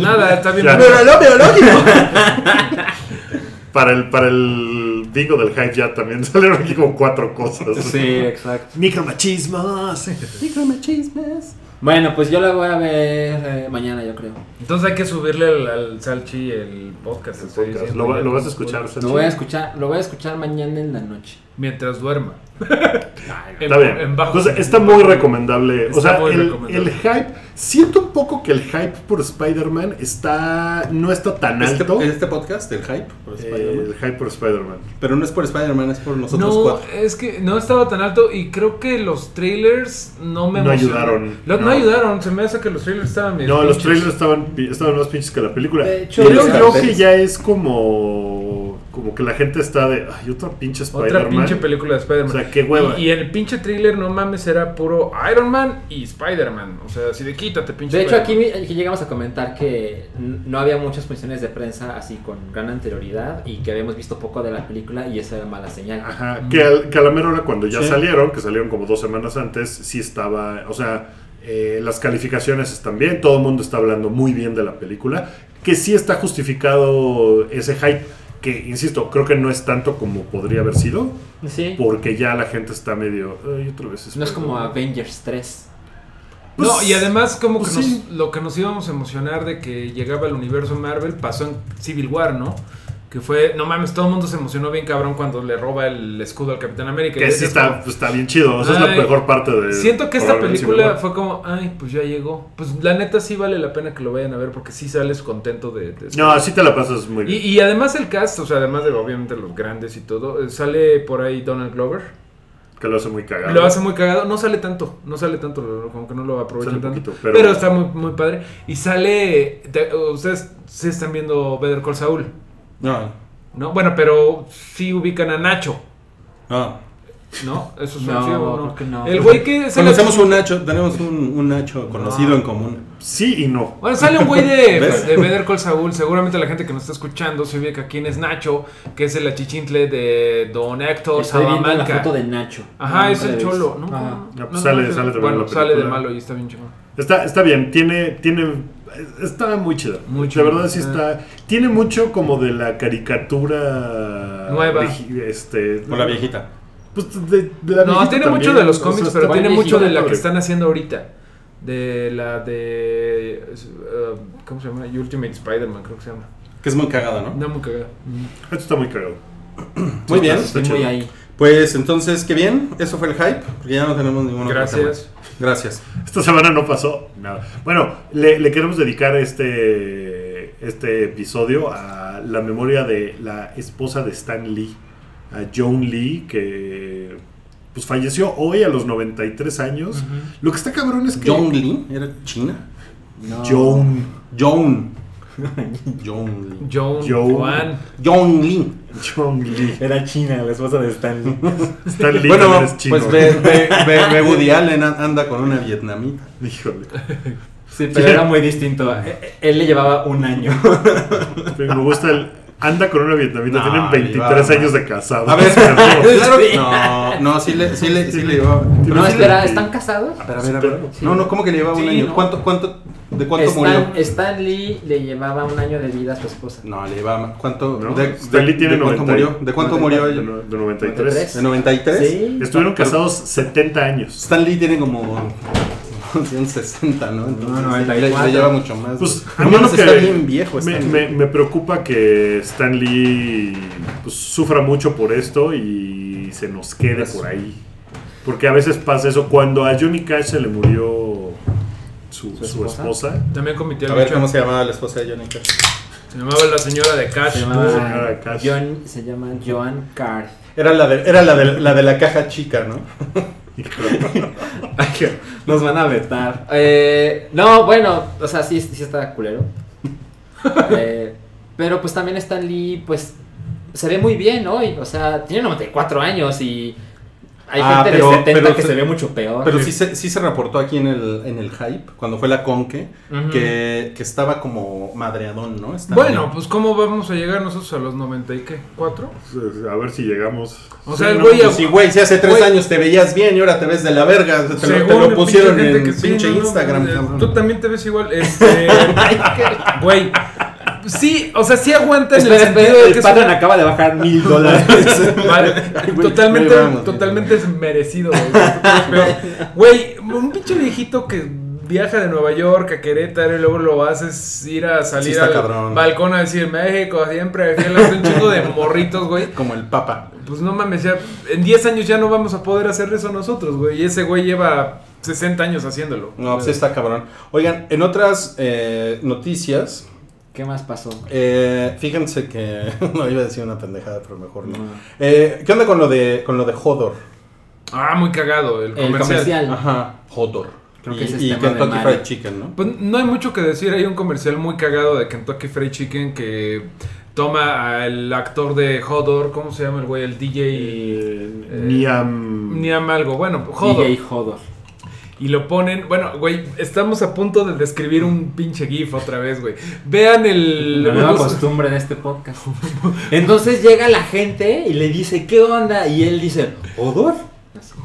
Nada, está bien.
Ya.
pero-
no, biológico.
Para el, para el bingo del hype ya también salieron aquí como cuatro cosas.
Sí, exacto.
Micromachismos.
Micromachismes.
Bueno, pues yo la voy a ver eh, mañana, yo creo.
Entonces hay que subirle al, al Salchi el podcast.
El
estoy
podcast.
diciendo.
Lo, va- lo vas a escuchar,
Lo
Sergio.
voy a escuchar, lo voy a escuchar mañana en la noche.
Mientras duerma.
Está bien. Entonces, está muy recomendable. o
Está
sea,
muy
el,
recomendable.
el hype. Siento un poco que el hype por Spider-Man está. no está tan
Este,
alto.
este podcast, el hype por
Eh,
Spider-Man.
el hype por Spider-Man.
Pero no es por Spider-Man, es por nosotros
no,
cuatro.
es que no estaba tan alto y creo que los trailers no me
No
emocionaron.
ayudaron,
Lo- no.
no.
ayudaron, se me hace que los trailers estaban medio
No, los
pinches.
trailers estaban, pi- estaban más pinches que la película.
De hecho,
Creo
los
yo que
carteles.
ya es como. como que la gente está de. Ay, otra pinche
Otra
Spider-Man.
pinche película de Spider-Man.
O sea, qué hueva.
Y, y el pinche trailer, no mames, era puro Iron Man y Spider-Man. O sea, así de quítate, pinche.
De hecho, aquí
Spider-Man.
mi- aquí llegamos a comentar que n- no había muchas funciones de prensa así con gran anterioridad y que habíamos visto poco de la película y esa era mala señal.
Ajá, que, al- que a la mera hora cuando ya
Sí.
salieron, que salieron como dos semanas antes, sí estaba, o sea, eh, las calificaciones están bien, todo el mundo está hablando muy bien de la película, que sí está justificado ese hype, que insisto, creo que no es tanto como podría haber sido,
Sí.
porque ya la gente está medio... "Ay, otra vez
No es como
Spider-Man".
Avengers 3.
pues,
no, y además, como
pues
que nos-
sí.
lo que nos íbamos a emocionar de que llegaba el universo Marvel pasó en Civil War, ¿no? Que fue, no mames, todo el mundo se emocionó bien cabrón cuando le roba el escudo al Capitán América.
Que
Y
sí
es
está, pues, está bien chido, esa es la
Ay,
mejor parte de...
Siento que esta
probablemente
película
Civil
fue como, ay, pues ya llegó. Pues la neta sí vale la pena que lo vayan a ver porque sí sales contento de... de-
War. No, así te la pasas muy
y,
bien.
y además el cast, o sea, además de obviamente los grandes y todo, eh, sale por ahí Donald Glover.
Que lo hace muy cagado.
Lo hace muy cagado, no sale tanto, no sale tanto, lo- como que no lo aprovechan
Sale
tanto.
poquito,
pero...
pero-
está muy, muy padre. Y sale, te- ustedes sí están viendo Better Call Saul,
No,
¿no? Bueno, pero sí ubican a Nacho,
no.
¿no? Eso es
No,
sí o
creo que no.
El güey que sale...
Conocemos un Nacho, tenemos un, un Nacho conocido en común.
Sí y no.
Bueno, sale un güey de,
¿Ves?
de Better Call Saul. Seguramente la gente que nos está escuchando se ubica quién es Nacho, que es el achichintle de Don Héctor
Estoy viendo la
Salamanca.
foto de Nacho.
Ajá,
No,
es
nunca
el
la he
cholo,
visto.
¿no?
Ajá.
No, pues sale- sale también
Bueno,
en la
sale de
película.
malo y está bien chingón.
Está, está bien, tiene, tiene, está muy chida.
Muy
de
chida,
verdad sí
eh.
está. Tiene mucho como de la caricatura
Nueva.
origi- este,
O la viejita.
Pues de, de la
No,
viejita
tiene
también,
mucho de los
o sea,
cómics,
está
pero
bien
tiene mucho de la
viejita,
que
pero-
están haciendo ahorita. De la de. eh, ¿Cómo se llama? Ultimate Spider-Man, creo que se llama.
Que es muy cagada, ¿no?
No, muy cagada. Mm.
Esto está muy cagado.
Muy bien.
Está
Estoy muy
chido.
ahí.
Pues entonces, qué bien. Eso fue el hype. Porque ya no tenemos ninguna otra
Gracias.
tema. Gracias.
Esta semana no pasó nada. Bueno, le, le queremos dedicar este, este episodio a la memoria de la esposa de Stan Lee, a Joan Lee, que pues falleció hoy a los 93 años. Lo que está cabrón es que...
John Lee, era china.
No.
Joan.
John. John Lee.
John,
Joe.
Juan.
John Lee.
John Lee.
Era China, la esposa de Stanley.
Stan Lee
bueno,
también es chino.
pues ve, ve, ve- ve Woody Allen an- anda con una vietnamita.
Híjole.
Sí, pero era muy distinto. Eh, eh, Él le llevaba un año.
Pero me gusta el. Anda con una vietnamita,
No,
tienen
ni
23
va,
años
man.
de casado.
A ver, eh,
Pero-
claro que- no, no, sí le, sí le, sí le llevaba.
Pero
No,
sí
espera,
le-
¿están casados?
Pero a ver, a ver. No, no, ¿cómo que le llevaba un
Sí,
año?
¿no?
¿Cuánto, cuánto, de cuánto murió?
Stan, Stan Lee le llevaba un año de vida a su esposa.
No, le llevaba más. ¿Cuánto?
¿no?
De,
Stan Lee
de-
tiene
de cuánto
90
murió? ¿De cuánto murió
De
ella?
no- de 93.
¿De 93?
Sí.
Estuvieron casados 70 años.
Stan Lee tiene como 160, ¿no? Entonces,
No,
sí, le- le,
94.
lleva mucho más.
Pues
No
a mí
mames,
lo que
está bien viejo.
me,
Stan Lee.
me- me preocupa que Stan Lee pues, sufra mucho por esto y se nos quede
Gracias.
por ahí. Porque a veces pasa eso. Cuando a Johnny Cash se le murió su,
¿Su
su
esposa?
esposa,
También con mi tía
A ver,
Lucha.
¿cómo se llamaba la esposa de Johnny Cash?
Se llamaba la señora de
Se
Cash.
señora
llama
Cash.
John, se llama Joan Carr.
Era la de, era la de, la de la caja chica, ¿no?
Nos van a vetar. Eh, no, bueno, o sea, sí, sí está culero. Eh, pero pues también Stan Lee, pues se ve muy bien hoy. O sea, tiene 94 años y hay
Ah,
gente
pero-
de 70
pero-
que se ve mucho peor.
Pero sí se, sí se reportó aquí en el, en el hype, cuando fue la conque,
Ujú.
que, que estaba como madreadón, ¿no? Stan
Bueno,
Lee.
pues ¿cómo vamos a llegar nosotros a los 90 y qué? ¿Cuatro?
pues, a ver si llegamos.
O sea,
Sí,
el
¿no?
güey
Pues sí, güey, si hace tres
Güey.
años te veías bien y ahora te ves de la verga. Te, lo- te
Según
lo pusieron
pinche
en
gente que- sí,
pinche
no, no,
Instagram.
eh,
cabrón.
Tú también te ves igual. Este. Güey. Sí, o sea, sí aguanta en
Espera,
el
espera,
sentido de
el
que es
Patreon
una-
acaba de bajar mil dólares.
Vale,
Ay, güey,
totalmente,
ahí vamos,
totalmente desmerecido, güey. Güey, un pinche viejito que viaja de Nueva York a Querétaro y luego lo haces ir a salir
está
al
cabrón.
balcón a decir México, siempre fiel a un chingo de morritos, güey.
Como el Papa.
Pues no mames, ya en 10 años ya no vamos a poder hacer eso nosotros, güey. Y ese güey lleva 60 años haciéndolo.
No, pues está cabrón. Oigan, en otras eh, noticias,
¿Qué más pasó?
eh, fíjense que. No iba a decir una pendejada, pero mejor no. Eh, ¿Qué onda con lo de con lo de Hodor?
Ah, muy cagado el
El
comercial.
comercial.
Ajá, Hodor.
Creo
y
que ese es
y
tema de
Kentucky
Mario.
Fried Chicken, ¿no?
Pues no hay mucho que decir, hay un comercial muy cagado de Kentucky Fried Chicken que toma al actor de Hodor, ¿cómo se llama el güey? El DJ
Eh, Niam.
Niam algo, bueno, Hodor.
DJ Hodor.
Y lo ponen, bueno, güey, estamos a punto de describir un pinche GIF otra vez, güey. Vean el...
La nueva
los-
costumbre de este podcast. Entonces llega la gente y le dice, ¿qué onda? Y él dice, ¿Hodor?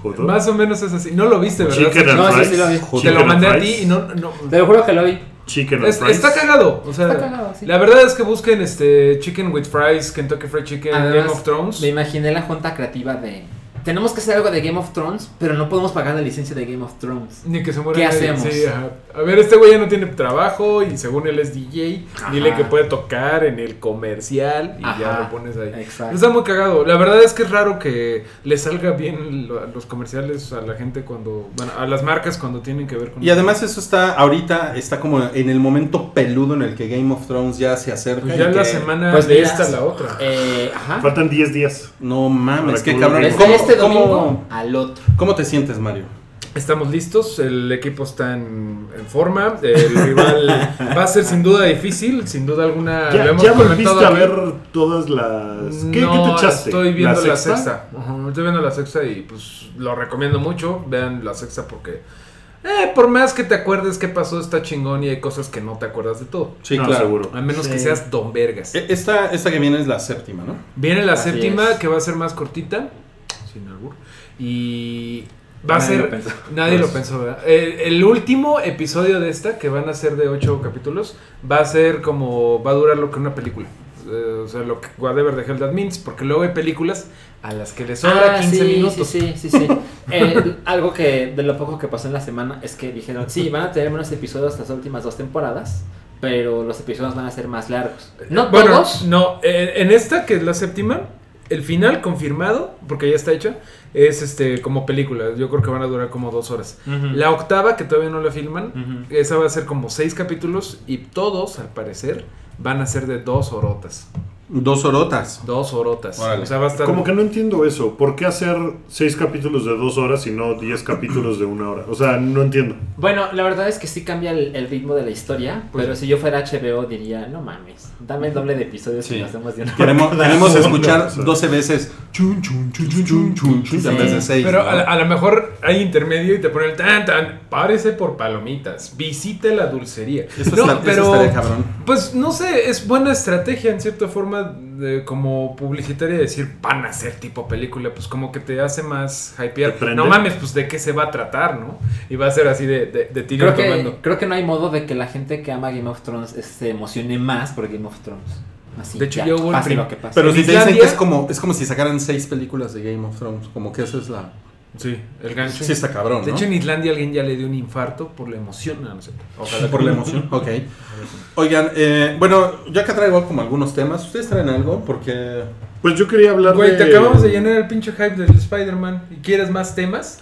Joder.
más o menos es así, no lo viste, ¿verdad?
Chicken and
No, sí,
fries.
sí lo vi.
Chicken
Te lo
and
mandé a
fries.
ti y no... no
Te lo juro que lo vi.
Chicken
es-
and fries.
está cagado, o sea,
Está cagado, sí.
la verdad es que busquen este Chicken with Fries, Kentucky Fried Chicken, Game
Además,
of Thrones.
Me imaginé la junta creativa de... Tenemos que hacer algo de Game of Thrones, pero no podemos pagar la licencia de Game of Thrones.
Ni que se muera
¿Qué
nadie.
hacemos?
Sí, ajá. A ver, este güey ya no tiene trabajo y según él es DJ. Dile
Ajá.
que puede tocar en el comercial y ya
Ajá.
lo pones ahí.
Exacto.
Está muy cagado. La verdad es que es raro que le salga bien lo- los comerciales a la gente cuando. Bueno, a las marcas cuando tienen que ver con.
Y además eso está ahorita, está como en el momento peludo en el que Game of Thrones ya se acerca.
Pues
y
ya
que-
la semana
pues
de
mira,
esta a la otra.
Eh, ajá.
Faltan 10 días.
No mames,
Para
qué
que
cabrón.
vuelva.
Desde este domingo al otro.
cómo te sientes, Mario?
Estamos listos, el equipo está en, en forma, el rival va a ser sin duda difícil, sin duda alguna. lo
Ya,
hemos
ya volviste
comentado
a
aquí.
ver todas las. ¿Qué, qué
No,
te echaste?
Estoy viendo la sexta. Ujú, estoy viendo la sexta y pues lo recomiendo mucho. Vean la sexta porque eh, por más que te acuerdes qué pasó, está chingón y hay cosas que no te acuerdas de todo.
Sí,
No,
claro.
seguro.
A menos
Sí. Eh,
que seas Don Vergas.
E- Esta, esta que viene es la séptima, ¿no?
Viene la
Así
séptima
es.
que va a ser más cortita, sin albur. Y va
Nadie
a ser...
lo pensó.
Nadie
Pues-
lo pensó, ¿verdad? El, el último episodio de esta, que van a ser de ocho capítulos, va a ser como. va a durar lo que una película. Eh, o sea, lo que Whatever the Hell That Means, porque luego hay películas a las que les sobra
Ah,
15
sí,
minutos.
Sí, sí, sí. sí. Eh, algo que de lo poco que pasó en la semana es que dijeron, sí, van a tener menos episodios las últimas dos temporadas, pero los episodios van a ser más largos. No
Bueno,
todos.
no, eh, en esta, que es la séptima, el final confirmado, porque ya está hecha, es este como película. Yo creo que van a durar como dos horas. La octava, que todavía no la filman,
Mm. Ujú.
esa va a ser como seis capítulos y todos, al parecer, van a ser de dos orotas.
Dos orotas.
Dos orotas.
Órale.
O sea, va a estar.
Como que no entiendo eso. ¿Por qué hacer 6 capítulos de 2 horas y no 10 capítulos de 1 hora? O sea, no entiendo.
Bueno, la verdad es que sí cambia el, el ritmo de la historia,
Pues
pero
sí.
si yo fuera HBO diría, no mames, dame el doble de episodios
Sí.
y nos hacemos de una hora".
Queremos, queremos escuchar
Sí.
12 veces chun, chun, chun, chun, chun, chun, chun,
Sí.
en vez de 6.
Pero a, la- a lo mejor hay intermedio y te ponen el tan tan. Párese por palomitas. Visite la dulcería.
Eso,
No,
está- eso
pero-
estaría cabrón.
Pues no sé, es buena estrategia en cierta forma de- como publicitaria decir van a ser tipo película, pues como que te hace más hypear.
Te prende.
No mames, pues de qué se va a tratar, ¿no? Y va a ser así de, de, de tiro
Creo que,
tomando.
creo que no hay modo de que la gente que ama Game of Thrones eh, se emocione más por Game of Thrones. Así,
De hecho,
ya,
yo hubo el
pase
prim-
lo que pase.
Pero
en
si te dicen que
Islandia-
es como, es como si sacaran 6 películas de Game of Thrones, como que eso es la...
Sí, el gancho.
Sí, está cabrón,
De
¿no?
hecho, en Islandia alguien ya le dio un infarto por la emoción. No, no sé. Ojalá
Por
que-
la emoción. Ok. Oigan, eh, bueno, yo acá traigo como algunos temas. ¿Ustedes traen algo? Porque...
Pues yo quería hablar
Güey,
de.
te acabamos de llenar el pinche hype del Spider-Man. ¿Y quieres más temas?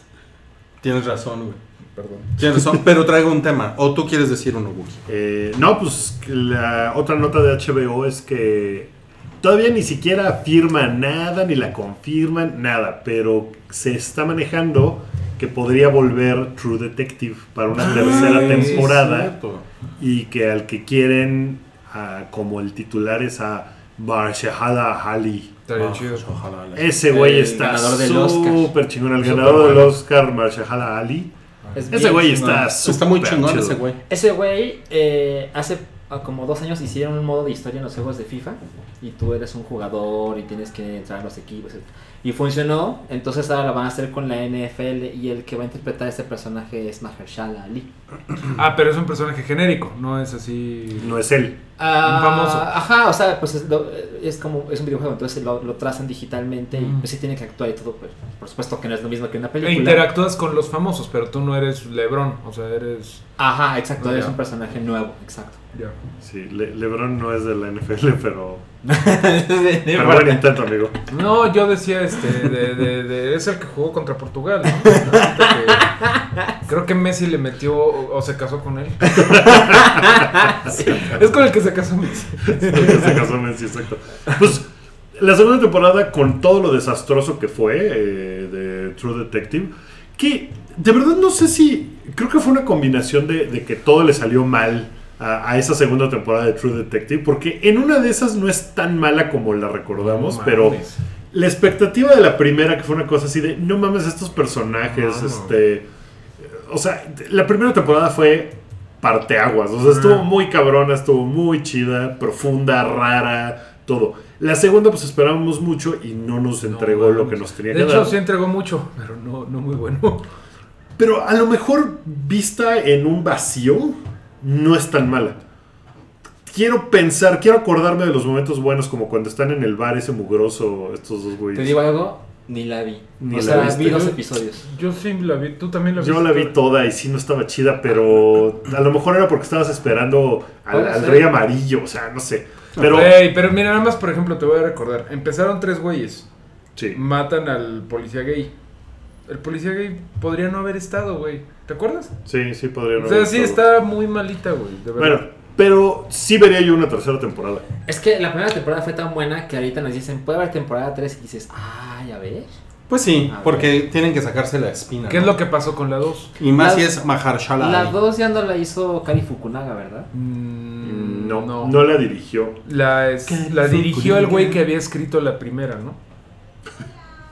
Tienes razón, güey.
Perdón.
Tienes razón, pero traigo un tema. O tú quieres decir uno, Wookie.
Eh, no, pues la otra nota de HBO es que todavía ni siquiera afirma nada, ni la confirman, nada, pero se está manejando que podría volver True Detective para una tercera
sí,
temporada y que al que quieren, ah, como el titular es a Barshahada Ali.
Estaría
Ah,
chido.
Ojalá. la-
Ese güey
El
está
ganador del Oscar.
súper chingón, el
Súper
ganador del
bueno.
Oscar, Barshahada Ali.
Es
Ese
bien
güey
chingón.
está súper
Está muy chingón
chido.
ese güey.
Ese güey eh, hace ah, como dos años hicieron un modo de historia en los juegos de FIFA y tú eres un jugador y tienes que entrar a los equipos etc. y funcionó, entonces ahora lo van a hacer con la NFL y el que va a interpretar a ese personaje es Mahershala Ali.
Ah, pero es un personaje genérico, no es así.
No es él.
Ah,
famoso.
Ajá, o sea, pues es, lo- es como es un videojuego, entonces lo, lo trazan digitalmente y
Mm.
pues sí tiene que actuar y todo, pero por supuesto que no es lo mismo que una
E
película.
interactúas con los famosos, pero tú no eres Lebron, o sea, eres...
Ajá, exacto, es
Ya.
un personaje nuevo, exacto.
Ya.
Sí, Le- LeBron no es de la NFL, pero. Pero buen
Pero
intento, amigo.
No, yo decía este, de, de- de- es el que jugó contra Portugal. ¿no? Porque Creo que Messi le metió o, o se casó con él. Es con el que se casó Messi.
En este caso, Messi, exacto. Pues la segunda temporada, con todo lo desastroso que fue eh, de True Detective, que de verdad no sé si. Creo que fue una combinación de, de que todo le salió mal a, a esa segunda temporada de True Detective, porque en una de esas no es tan mala como la recordamos,
No
pero.
mames.
La expectativa de la primera, que fue una cosa así de no mames estos personajes,
No, no.
este. O sea, la primera temporada fue parteaguas. O sea, estuvo
Ah.
muy cabrona, estuvo muy chida, profunda, rara, todo. La segunda, pues esperábamos mucho y no nos entregó
No,
lo
mames.
que nos tenía
De
que
hecho,
dar.
sí entregó mucho, pero no, no muy bueno.
Pero a lo mejor vista en un vacío, no es tan mala. Quiero pensar, quiero acordarme de los momentos buenos, como cuando están en el bar ese mugroso, estos dos güeyes.
Te digo algo, ni la vi.
Ni
o
la
sea,
viste.
vi dos episodios.
Yo sí la vi, tú también la viste.
Yo la vi toda y sí no estaba chida, pero a lo mejor era porque estabas esperando al,
Puede
al
ser.
rey amarillo, o sea, no sé. Pero
Güey, pero mira, nada más, por ejemplo, te voy a recordar. Empezaron tres güeyes.
sí,
Matan al policía gay. El policía gay podría no haber estado, güey. ¿Te acuerdas?
sí, sí podría no
o sea,
haber
sí
estado.
está muy malita, güey. De verdad.
Bueno, pero sí vería yo una tercera temporada.
Es que la primera temporada fue tan buena que ahorita nos dicen, puede haber temporada 3 y dices, ah, ya ves.
Pues sí,
A ver.
porque tienen que sacarse la espina.
¿Qué es
¿no?
lo que pasó con la 2?
Y más
La-
si es Maharshala.
La
Ali.
2 ya no la hizo Kari Fukunaga, ¿verdad?
Mm,
No, no, la dirigió.
Mm, La, es-
¿Qué
la
hizo
dirigió el
Kulinga?
güey que había escrito la primera, ¿no?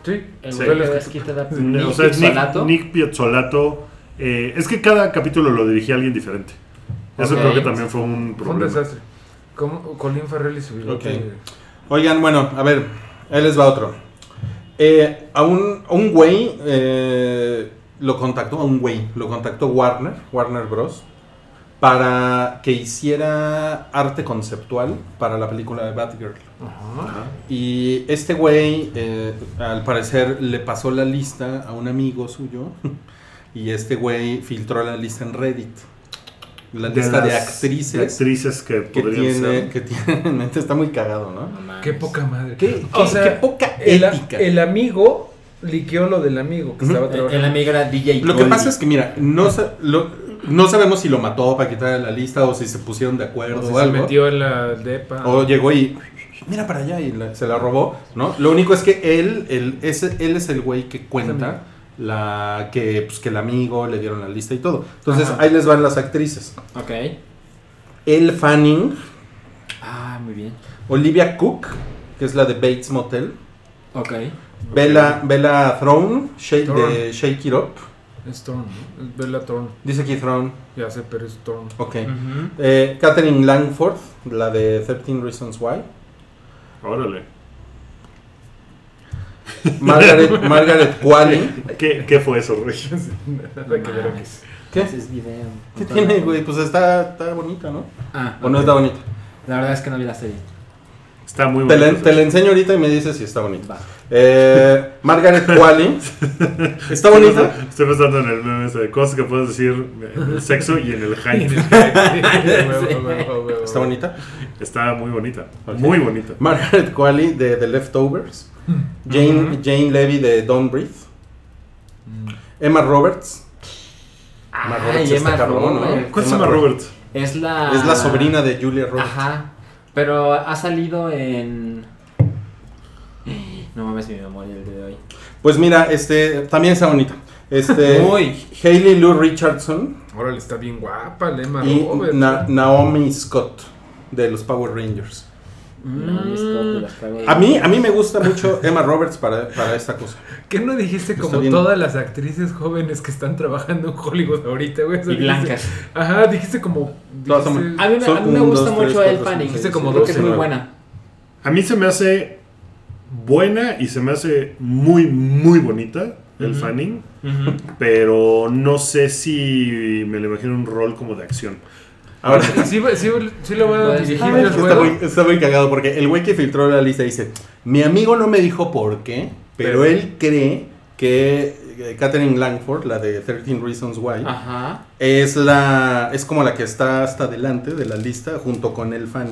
Sí.
El
Sí.
güey que había escrito la
o sea, es
Pizzolato.
Nick, Nick Pietzolato. eh, es que cada capítulo lo dirigía alguien diferente. Eso
Ok.
creo que también fue un
Fue un
problema.
desastre. Como Colin Farrell y su bigote.
Ok. Oigan, bueno, a ver, ahí les va otro. Eh, a, un, a un güey eh, lo contactó, a un güey, lo contactó Warner, Warner Bros. Para que hiciera arte conceptual para la película de Batgirl.
Ajá.
Ajá.
Y este güey, eh, al parecer, le pasó la lista a un amigo suyo. Y este güey filtró la lista en Reddit. La lista de
las- de
actrices
actrices que,
que,
podrían
tiene,
ser.
que tiene en mente. Está muy cagado, ¿no?
No mames.
Qué poca madre.
Qué-
o
qué-
sea,
qué poca
el, a-
ética.
el amigo liqueó lo del amigo que
Ujú.
estaba
El, el
trabajando.
amigo era DJ
Lo que pasa es que, mira, no, sa- lo- no sabemos si lo mató para quitarle la lista o si se pusieron de acuerdo
O
o,
sea, se
algo.
metió en la depa.
O llegó y. Mira para allá y la- se la robó, ¿no? Lo único es que él, él, es, él es el güey que cuenta la que, pues, que el amigo le dieron la lista y todo. Entonces
Ajá.
ahí les van las actrices.
Ok.
Elle Fanning,
Ah, muy bien.
Olivia Cook, que es la de Bates Motel,
Ok.
Bella, Bella Throne, Shake, de
Thorne.
Shake It Up.
Es Thorne, ¿no? Es Bella Thorne.
Dice aquí Throne,
Ya sé, pero es Thorne.
ok.
Ujú.
Eh, Catherine Langford, la de 13 Reasons Why.
Órale.
Margaret, Margaret Qualley.
¿Qué, qué fue eso, Rey?
Nada que ver aquí.
¿Qué?
Ese es video.
¿Qué tiene, güey? Pues está, está bonita, ¿no?
Ah,
¿O no
ok.
está bonita?
La verdad es que no vi la serie.
Está muy
Te la,
bonito.
te la enseño ahorita y me dices si está bonita.
Va.
Eh, Margaret Qualley. ¿Está bonita?
Estoy pensando en el meme ese de cosas que puedes decir en el sexo y en el hype.
¿Está bonita?
Está muy bonita.
Ok.
Muy bonita.
Margaret Qualley de The Leftovers. Jane, Jane Levy de Don't Breathe. Emma Roberts. Emma Roberts
Ay,
está
Emma
cabrón, ¿no?
Roberts.
¿Cuál es
Emma
Emma Roberts?
Es la...
Es la sobrina de Julia Roberts.
Ah. Ajá. Pero ha salido en... No mames mi memoria el día de hoy.
Pues mira, este también está bonita. Este,
Muy.
Hayley Lou Richardson.
Órale, está bien guapa, la Emma
y
Roberts.
Na- Naomi Scott de los Power Rangers.
No, mis cópias, traigo de-
A mí, a mí me gusta mucho Emma Roberts para, para esta cosa.
¿Qué no dijiste
Está
como
bien.
todas las actrices jóvenes que están trabajando en Hollywood ahorita, güey? O sea,
Y
dijiste-
blancas.
Ajá, dijiste como.
Todas son-
dijiste-
A mí me,
Son
a mí me
un,
gusta
dos,
mucho
tres,
el
cuatro,
panning.
cinco,
Dijiste como
Creo que es
12,
muy
nueve.
buena.
A mí se me hace buena y se me hace muy, muy bonita el
Ujú.
fanning, pero no sé si me lo imagino en un rol como de acción.
Ahora,
Sí, Ah, sí, sí, sí lo voy a
Pues,
dirigir
a
el
ver,
está,
juego.
muy, está muy cagado porque el güey que filtró la lista dice: Mi amigo no me dijo por qué, pero él cree que eh, Katherine Langford, la de 13 Reasons Why,
Ajá.
es la es como la que está hasta adelante de la lista junto con el fan.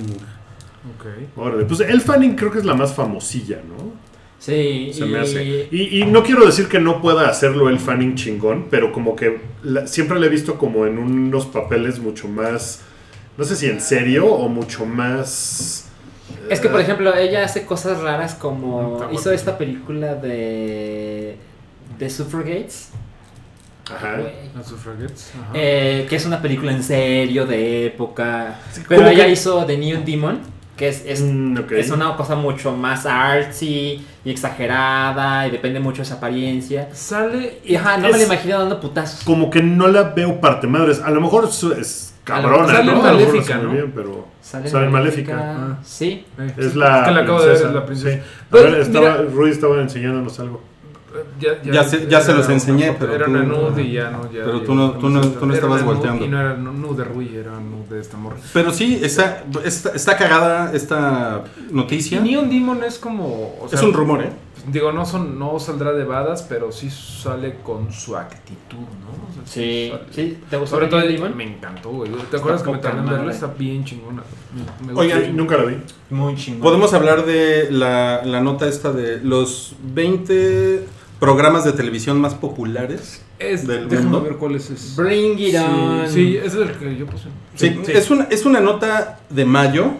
Ok.
Órale, pues el Fanning creo que es la más famosilla, ¿no?
Sí.
Se
y-
me hace. Y, y no quiero decir que no pueda hacerlo el Fanning chingón, pero como que la- siempre la he visto como en unos papeles mucho más, no sé si en serio o mucho más...
Es que, por
eh,
ejemplo, ella hace cosas raras como
Está
hizo
guapa.
esta película de. de Suffragates.
eh,
Ah,
Ajá.
güey.
Las suffragettes. ajá.
Eh, que es una película en serio, de época.
Sí,
Pero
como
ella
que-
hizo The New Demon, que es, es,
Mm, ok.
es una cosa mucho más artsy y exagerada y depende mucho de su apariencia.
Sale
Y ajá, no me
Es-
la imagino dando putazos.
Como que no la veo parte madres. A lo mejor es, es
A lo mejor
cabrona, ¿no? A
sale en
lo mejor
Maléfica,
hace muy
¿no?
bien, pero...
Sale
Sale en
Maléfica,
Maléfica,
ah.
Sí.
Eh,
Es
sí,
la,
es que la acabo de
princesa.
ver, la princesa.
Sí. A
Pero,
ver, estaba,
mira,
Rui estaba enseñándonos algo.
Eh, ya,
Ya se- ya se
era
los
una
enseñé,
foto,
pero
Era
tú-
una nude y ya no. ya-
pero
ya-
tú no- tú no- tú no
era
estabas
una nude
volteando.
Y no era nude de Rui, era nude de este esta morra.
Pero sí, está, está, está cagada esta noticia.
Neon Demon es como. o sea,
es un rumor, ¿eh?
Digo, no, son, no saldrá de badas, pero sí sale con su actitud, ¿no? O sea,
Sí.
sale-
sí. ¿Te gustó
Sobre
The
todo
New
me encantó, güey. ¿Te acuerdas que me
poca
tardé en verlo?
madre.
Está bien chingona. Me gusta.
Oigan,
Sí, nunca la vi.
Muy chingón.
Podemos hablar de la, la nota esta de los 20 programas de televisión más populares.
es,
del
déjame
mundo.
ver cuál es ese.
Bring it on.
Sí, sí, es el que yo puse.
Sí, Es, una, es una nota de mayo.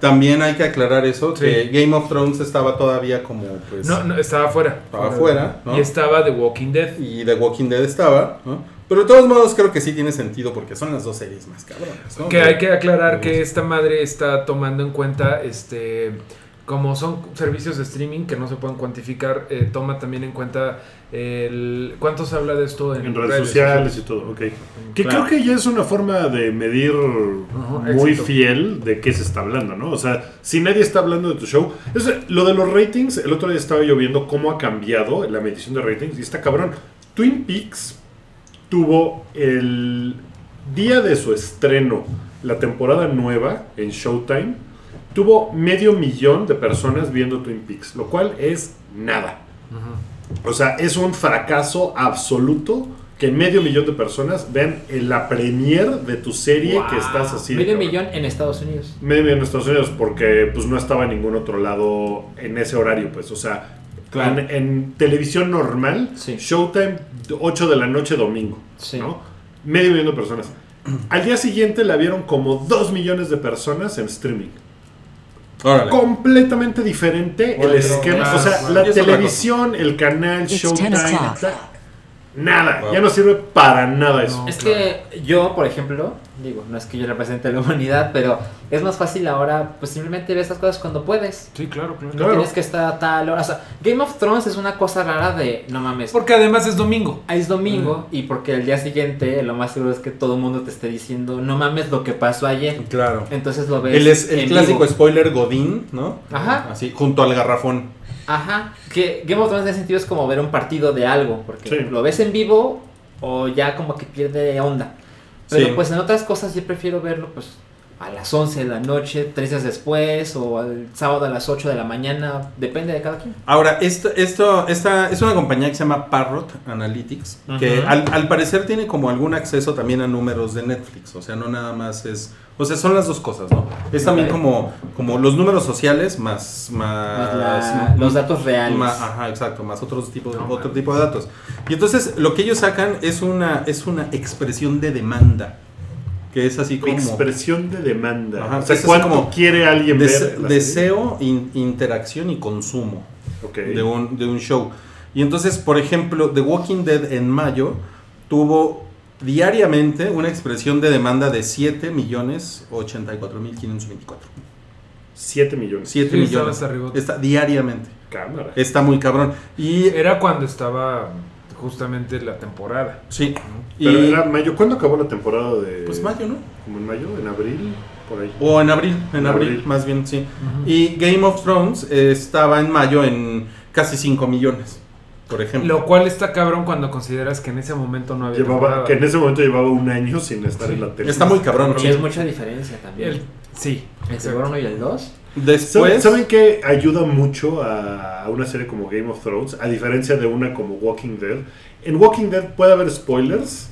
También hay que aclarar eso,
Sí.
que Game of Thrones estaba todavía como pues
No, no, estaba afuera.
Estaba afuera, ¿no?
Y estaba The Walking Dead.
y The Walking Dead estaba, ¿no? Pero de todos modos creo que sí tiene sentido porque son las dos series más cabronas, ¿no?
Que hay que aclarar
Sí.
que esta madre está tomando en cuenta este como son servicios de streaming que no se pueden cuantificar, eh, toma también en cuenta el cuánto se habla de esto en,
En redes sociales y todo, ok. Que creo que ya es una forma de medir muy
éxito.
fiel de qué se está hablando, ¿no? O sea, si nadie está hablando de tu show. Es, lo de los ratings, el otro día estaba yo viendo cómo ha cambiado la medición de ratings y está cabrón. Twin Peaks tuvo el día de su estreno, la temporada nueva en Showtime, tuvo medio millón de personas viendo Twin Peaks, lo cual es nada. O sea, es un fracaso absoluto que medio millón de personas vean la premier de tu serie que estás haciendo.
Medio
cabrón.
millón en Estados Unidos.
Medio millón en Estados Unidos porque pues no estaba en ningún otro lado en ese horario, pues. O sea,
Claro.
en, en televisión normal,
Sí.
Showtime 8 de la noche domingo,
Sí.
¿no? Medio millón de personas. Al día siguiente la vieron como 2 millones de personas en streaming.
Órale.
Completamente diferente el
Bueno,
esquema.
claro,
O sea,
claro.
la
Y es otra
televisión, el canal,
It's
Showtime,
10 o'clock.
ta- nada.
Wow.
Ya no sirve para nada eso.
No.
Es que yo, por ejemplo, digo, no es que yo represente a la humanidad, pero es más fácil ahora, pues simplemente ver estas cosas cuando puedes.
Sí, claro, claro.
No tienes que estar a tal hora. O sea, Game of Thrones es una cosa rara de, no mames,
Porque además es domingo.
ah, es domingo y porque el día siguiente lo más seguro es que todo el mundo te esté diciendo, no mames lo que pasó ayer.
Claro.
Entonces lo ves.
El, es, el
en
clásico
vivo.
spoiler Godín, ¿no?
Ajá.
Así, junto al garrafón.
Ajá. Que Game of Thrones en ese sentido es como ver un partido de algo, porque
Sí.
lo ves en vivo o ya como que pierde onda. Pero
Sí.
pues en otras cosas yo prefiero verlo pues a las 11 de la noche, tres días después o al sábado a las 8 de la mañana, depende de cada quien.
Ahora, esto, esto esta es una compañía que se llama Parrot Analytics, que
Ajá.
al, al parecer tiene como algún acceso también a números de Netflix, o sea, no nada más es, o sea, son las dos cosas, ¿no? Es también
Ok.
como, como los números sociales más, más,
Más la- los datos reales.
más- ajá, exacto, más otros tipo de,
No,
otro
mames.
tipo de datos. Y entonces lo que ellos sacan es una, es una expresión de demanda, que es así como...
Expresión de demanda.
Ajá,
o sea,
es así
¿cuánto
como
quiere alguien
dese-
ver? la serie?
deseo, in- interacción y consumo
Ok.
de un, de un show. Y entonces, por ejemplo, The Walking Dead en mayo tuvo diariamente una expresión de demanda de 7 millones 84 mil 524.
7 millones.
7
Sí, estaba
millones. Este-
hasta arriba.
Está diariamente.
Cámara.
Está muy cabrón. Y
Era cuando estaba justamente la temporada.
sí. Y,
Pero era mayo. ¿Cuándo acabó la temporada de.?
pues mayo, ¿no?
Como en mayo, en abril, por ahí.
O en abril, en,
En
abril,
abril.
más bien, sí. Y Game of Thrones eh, estaba en mayo en casi 5 millones. por ejemplo.
Lo cual está cabrón cuando consideras que en ese momento no había.
Llevaba,
temporada.
que en ese momento llevaba un año sin estar en la tele.
Está muy cabrón.
Y es mucha diferencia también.
El- sí,
Entre el
exacto.
1 y el 2.
Después,
¿Saben, ¿saben qué ayuda mucho a, a una serie como Game of Thrones? A diferencia de una como Walking Dead. En Walking Dead puede haber spoilers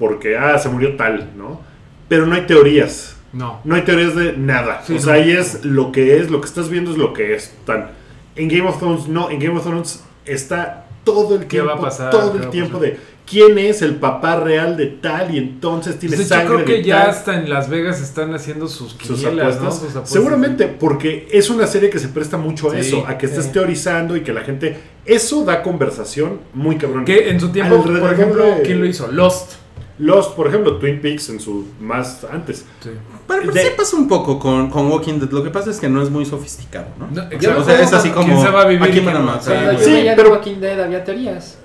porque, ah, se murió tal, ¿no? Pero no hay teorías.
No.
No hay teorías de nada.
Sí,
o sea,
no.
ahí es lo que es, lo que estás viendo es lo que es. Tan. En Game of Thrones, no. En Game of Thrones está todo el
¿Qué
tiempo,
va a pasar?
todo
¿Qué
el
va a
tiempo
pasar?
de quién es el papá real de tal y entonces tiene
Pues, de hecho,
sangre
creo que
de
ya
tal.
hasta en Las Vegas están haciendo sus
sus
quinielas,
apuestas.
¿no? Sus apuestas.
Seguramente, porque es una serie que se presta mucho a
Sí,
eso, a que estés
sí.
teorizando y que la gente. Eso da conversación muy cabrón.
Que en su tiempo,
Alrededor
por ejemplo,
de-
¿quién lo hizo? Lost.
Lost, por ejemplo, Twin Peaks en su más antes.
pero, pero
de-
sí pasa un poco con, con Walking Dead. Lo que pasa es que no es muy sofisticado, ¿no?
No,
O sea,
exacto.
o sea, es así como.
¿Quién se va a vivir
Aquí
y quién
para
no?
matar,
Sí,
güey.
Cuando yo
sí,
veía
pero-
The Walking Dead había teorías.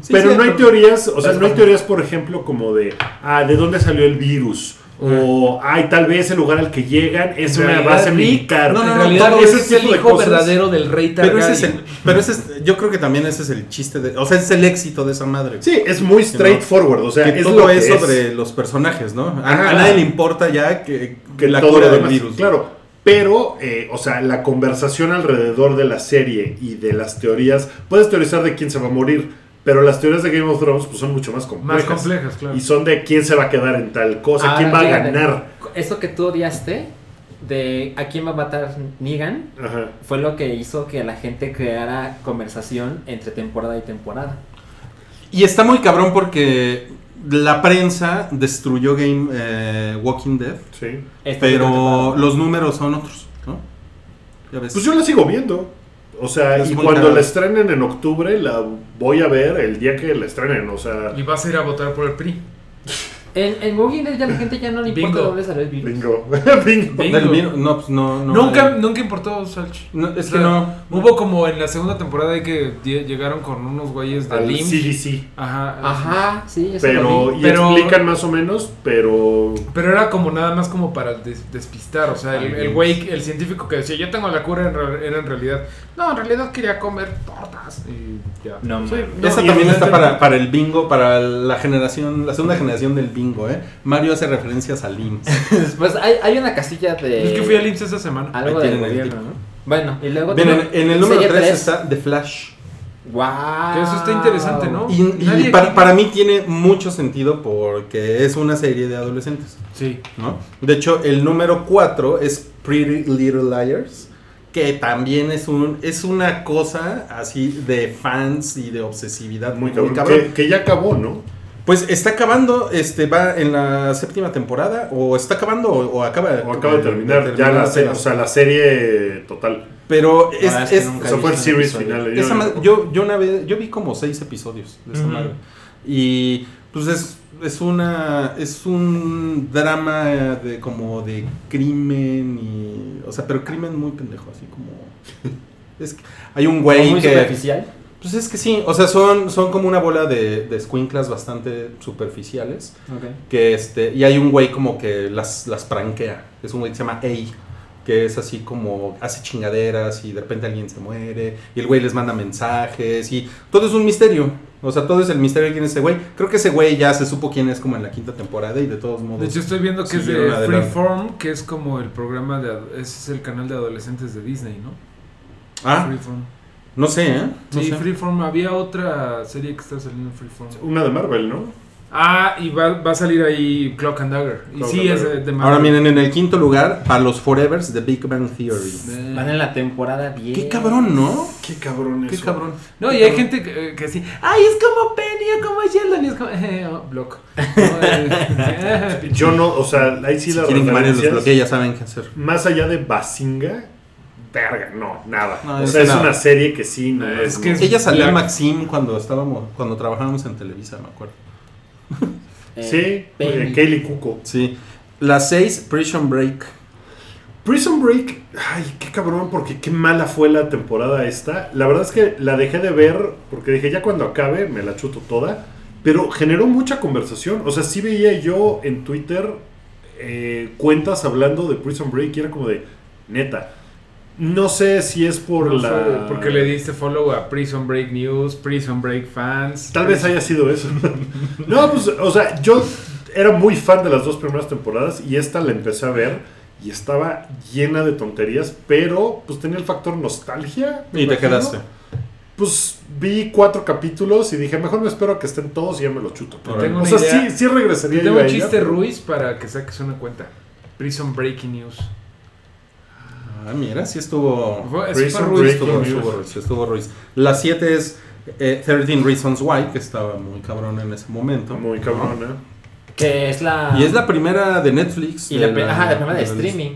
Sí,
pero
sí,
no hay teorías, o sea,
Las
no hay
cosas.
teorías, por ejemplo, como de, ah, ¿de dónde salió el virus? O, ay, tal vez el lugar al que llegan es
Ah. En
una
realidad,
base
Rick,
militar.
no, no,
en
no,
realidad,
todo
ese
ese
es el
tipo de
hijo
cosas.
verdadero del rey
Pero
Targaryen.
ese es el, pero ese es- yo creo que también ese es el chiste de, o sea, ese es el éxito de esa madre. güey.
Sí, es muy straightforward, o sea,
que
es
todo
lo que
es
es.
sobre los personajes, ¿no? A,
Ajá.
a nadie le importa ya que,
que
la
todo
cura
lo
del
demás.
virus. güey.
Claro, pero, eh, o sea, la conversación alrededor de la serie y de las teorías, puedes teorizar de quién se va a morir, pero las teorías de Game of Thrones pues, son mucho más
Más
complejas.
complejas, claro.
Y son de quién se va a quedar en tal cosa,
Ah,
Ahora,
quién va a
Ah, fíjate,
ganar.
Eso que tú odiaste de a quién va a matar Negan
Ajá.
fue lo que hizo que la gente creara conversación entre temporada y temporada.
Y está muy cabrón porque la prensa destruyó Game eh, Walking Dead,
Sí.
Este
Esta temporada.
pero los números son otros, ¿no? Ya ves.
Pues yo la sigo viendo. O sea,
Es
y
muy
cuando
cagada.
la estrenen en octubre, la voy a ver el día que la estrenen. O sea,
Y vas a ir a votar por el PRI.
En, en Walking Dead ya la gente ya no le importa
Bingo.
de dónde salió el virus.
bingo. bingo.
Bingo.
Del virus- no, pues no, no.
nunca,
eh,
nunca importó Salch.
no, es
O
que
sea,
no.
Hubo como en la segunda temporada de que die- llegaron con unos güeyes de
Al
LIMS.
CDC.
Ajá.
Ajá, sí, eso lo
Pero,
vi.
y
Pero-
explican más o menos, pero
Pero era como nada más como para des- despistar, o sea, el, el güey, el científico que decía, yo tengo la cura, en re- era en realidad, no, en realidad quería comer tortas y ya.
No,
Sí,
mames.
no,
Esa
y
también
evidentemente-
está para, para el bingo, para la generación, la segunda generación del bingo, ¿eh? Mario hace referencias al IMSS.
Pues hay, hay una casilla de...
Eh,
Es que fui al IMSS esa semana.
Algo
Ahí
del
tienen el
gobierno, ¿no? Bueno, y luego...
Bien, en,
tenemos
en el número
serie
3
tres.
está The Flash.
¡Guau!
Que eso está interesante, ¿no?
Y, y
Nadie
para,
aquí-
para mí tiene mucho sentido porque es una serie de adolescentes,
Sí.
¿no? De hecho, el número 4 es Pretty Little Liars, que también es, un, es una cosa así de fans y de obsesividad
muy
muy,
cabrón.
cabrón.
Que, que ya acabó, ¿no?
Pues está acabando, este va en la séptima temporada, o está acabando o, o acaba,
O acaba de terminar, ya la, se- o sea, la serie total.
Pero es,
es que
es-
nunca
O sea,
he
fue el
visto un
series
episodio.
final.
Esa
no-
madre- yo, yo una vez, yo vi como seis episodios de esa
Ujú.
madre. Y pues es, es una es un drama de como de crimen y. O sea, pero crimen muy pendejo, así como. Es que hay un güey
Muy
que.
superficial.
Pues es que sí. O sea, son, son como una bola de, de escuinclas bastante superficiales. Que este. Y hay un güey como que las, las pranquea. Es un güey que se llama Ey. Que es así como hace chingaderas y de repente alguien se muere. Y el güey les manda mensajes. Y todo es un misterio. O sea, todo es el misterio de quién es ese güey. Creo que ese güey ya se supo quién es como en la quinta temporada. Y de todos modos.
De hecho, estoy viendo que es
Siguieron
de
adelante.
Freeform, que es como el programa de, ad- ese es el canal de adolescentes de Disney, ¿no?
ah,
Freeform.
no sé, ¿eh? No
Sí,
sé.
Freeform, había otra serie que está saliendo en Freeform.
Una de Marvel, ¿no?
Ah, y va, va a salir ahí Clock and Dagger. Y
Cloak
sí,
and
es de,
Dagger.
de
Ahora
Marvel.
miren, en el quinto lugar, para los Forevers de Big Bang Theory.
Eh,
Van en la temporada 10.
Qué cabrón, ¿no?
Qué cabrón
Qué cabrón.
No, y hay gente que, eh, que sí, ay, es como Penny, o como Sheldon, y es como, eh, oh, block. No, eh, eh.
Yo no, o sea, ahí sí
Si
la
quieren que Mario los
referencias-
bloquee, ya saben qué hacer.
Más allá de Basinga, verga, no, nada.
No,
o
es
sea, es
nada.
una serie que sí, no
No,
es.
es que es-
Ella salió
La-
en Maxim cuando estábamos, cuando trabajábamos en Televisa, me acuerdo.
Eh,
Sí, eh,
Penny.
Kaylee Cuco.
Sí. La 6, Prison Break.
Prison Break, ay, qué cabrón, porque qué mala fue la temporada esta. La verdad es que la dejé de ver porque dije, ya cuando acabe me la chuto toda, pero generó mucha conversación. O sea, sí veía yo en Twitter eh, cuentas hablando de Prison Break y era como de, neta, No sé si es por
No
la.
sé, Porque le diste follow a Prison Break News, Prison Break Fans.
Tal vez haya sido eso. no, pues, o sea, yo era muy fan de las dos primeras temporadas y esta la empecé a ver y estaba llena de tonterías, pero pues tenía el factor nostalgia. me
Y te
imagino.
quedaste.
Pues vi cuatro capítulos y dije, mejor me espero a que estén todos y ya me los chuto.
Tengo
o
una
sea,
idea.
sí, sí regresaría.
Tengo
yo a
un
ella,
chiste,
pero-
Ruiz, para que saques una cuenta. Prison Breaking News.
Ah, mira, sí estuvo.
Fue-
Prison
sí fue
Break.
Ruiz.
Estuvo,
News.
estuvo Ruiz, estuvo Ruiz. La 7 es eh, 13 Reasons Why, que estaba muy cabrón en ese momento.
Muy cabrona.
Que es la.
Y es la primera de Netflix.
y la,
de
pri- ajá, la primera de
la-
streaming.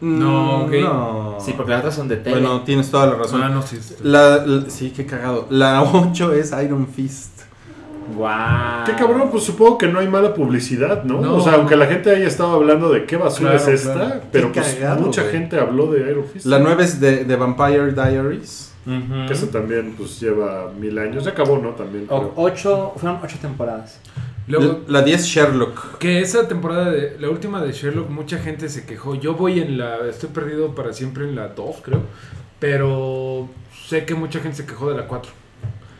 Mm,
No, ok.
no.
Sí, porque las otras son de tele.
Bueno, tienes toda la razón.
Ah, no, sí, sí.
La, la- sí, qué cagado. La 8 es Iron Fist.
Guau.
Qué cabrón, pues supongo que no hay mala publicidad, ¿no?
Ah. No.
O sea, aunque la gente haya estado hablando de qué basura
Claro,
es esta,
claro.
pero
Qué
pues
cagado,
mucha
güey.
gente habló de Iron Fist.
La 9 es de, de Vampire Diaries.
Que eso también pues lleva mil años. Ya acabó, ¿no? También.
O-
creo.
ocho, fueron ocho temporadas.
Luego,
la 10 Sherlock.
que esa temporada, de, la última de Sherlock, mucha gente se quejó. Yo voy en la. Estoy perdido para siempre en la 2, creo. Pero sé que mucha gente se quejó de la 4.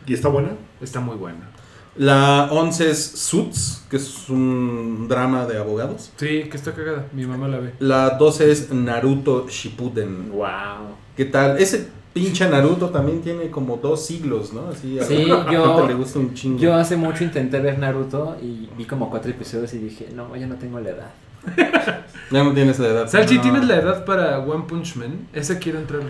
¿Y está buena?
Está muy buena.
La 11 es Suits, que es un drama de abogados.
Sí, que está cagada. Mi mamá la ve.
La 12 es Naruto Shippuden.
Wow.
¿Qué tal? Ese pinche Naruto también tiene como dos siglos, ¿no? Así a
Sí,
la gente
yo-
le gusta un chingo.
Yo hace mucho intenté ver Naruto y vi como cuatro episodios y dije, no, ya no tengo la edad.
Ya no tienes la edad.
Salchi,
No.
¿tienes la edad para One Punch Man? Esa quiero entrarle.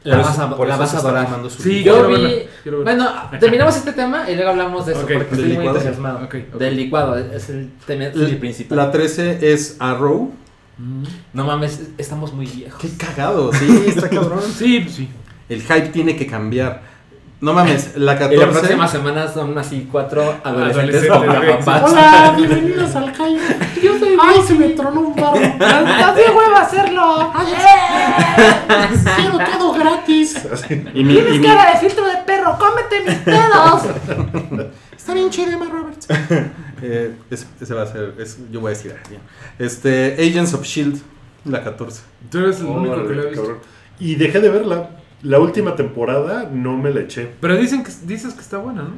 Por
La
eso-
vas a,
por
la
eso
vas
se
a
está
adorar.
tomando su
Sí,
tiempo.
Yo
Quiero verla,
vi.
quiero verla.
Bueno, terminamos este tema y luego hablamos de eso
Ok,
porque
del
estoy muy
licuado.
entusiasmado.
Ok, ok.
Del licuado, es el tema es mi principal.
La 13 es Arrow.
Mm.
No mames, estamos muy viejos.
Qué cagado, sí, está cabrón.
Sí, pues sí.
El hype tiene que cambiar. No mames, la
Y
14.
la próxima semana son así cuatro adolescentes
Adolescentes,
con
güey.
papás.
Hola, bienvenidos al Jaime. Yo soy Ay, se me tronó un barro. Así huevo hacerlo. Ay, quiero todo gratis.
Así.
Y mi, y mi-
de filtro de perro, cómete mis dedos. Está bien chido, Emma Roberts.
eh, ese, ese va a ser. es- yo voy a decir. ah, bien. Este, Agents of Shield, la 14.
Tú eres el único que
Órale,
la ha visto.
cabrón. Y dejé de verla. La última temporada no me la eché.
Pero dicen que, dices que está buena, ¿no?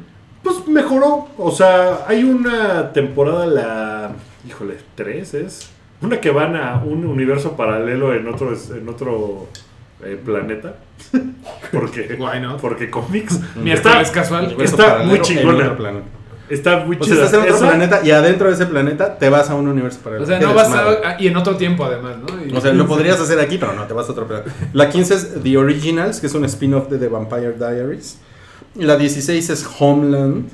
Pues mejoró. O sea, hay una temporada, la. Híjole, tres es. Una que van a un universo paralelo en otro, es- en otro eh, planeta. porque,
Why not?
porque cómics.
Miércoles casual.
Universo
Está
paralelo
muy
en
chingona.
otro planeta.
Está muy
O sea,
chida.
estás en otro
Esa-
planeta y adentro de ese planeta te vas a un universo paralelo.
O sea,
Qué
no vas
desmadre.
a. ah, Y en otro tiempo, además, ¿no? Y-
O sea, lo podrías hacer aquí, pero no, te vas a otro planeta. La 15 es The Originals, que es un spin-off de The Vampire Diaries. La 16 es Homeland,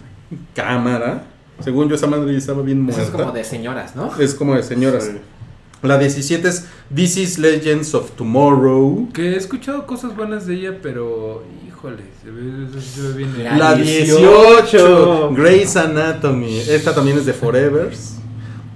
Cámara. Según yo, esa madre ya estaba bien
Eso
muerta.
es como de señoras, ¿no?
Es como de señoras.
Sí.
La 17 es This is Legends of Tomorrow.
Que he escuchado cosas buenas de ella, pero. Híjole, se ve, se ve bien.
La-
La 18, Grey's Anatomy. Esta también es de Forevers.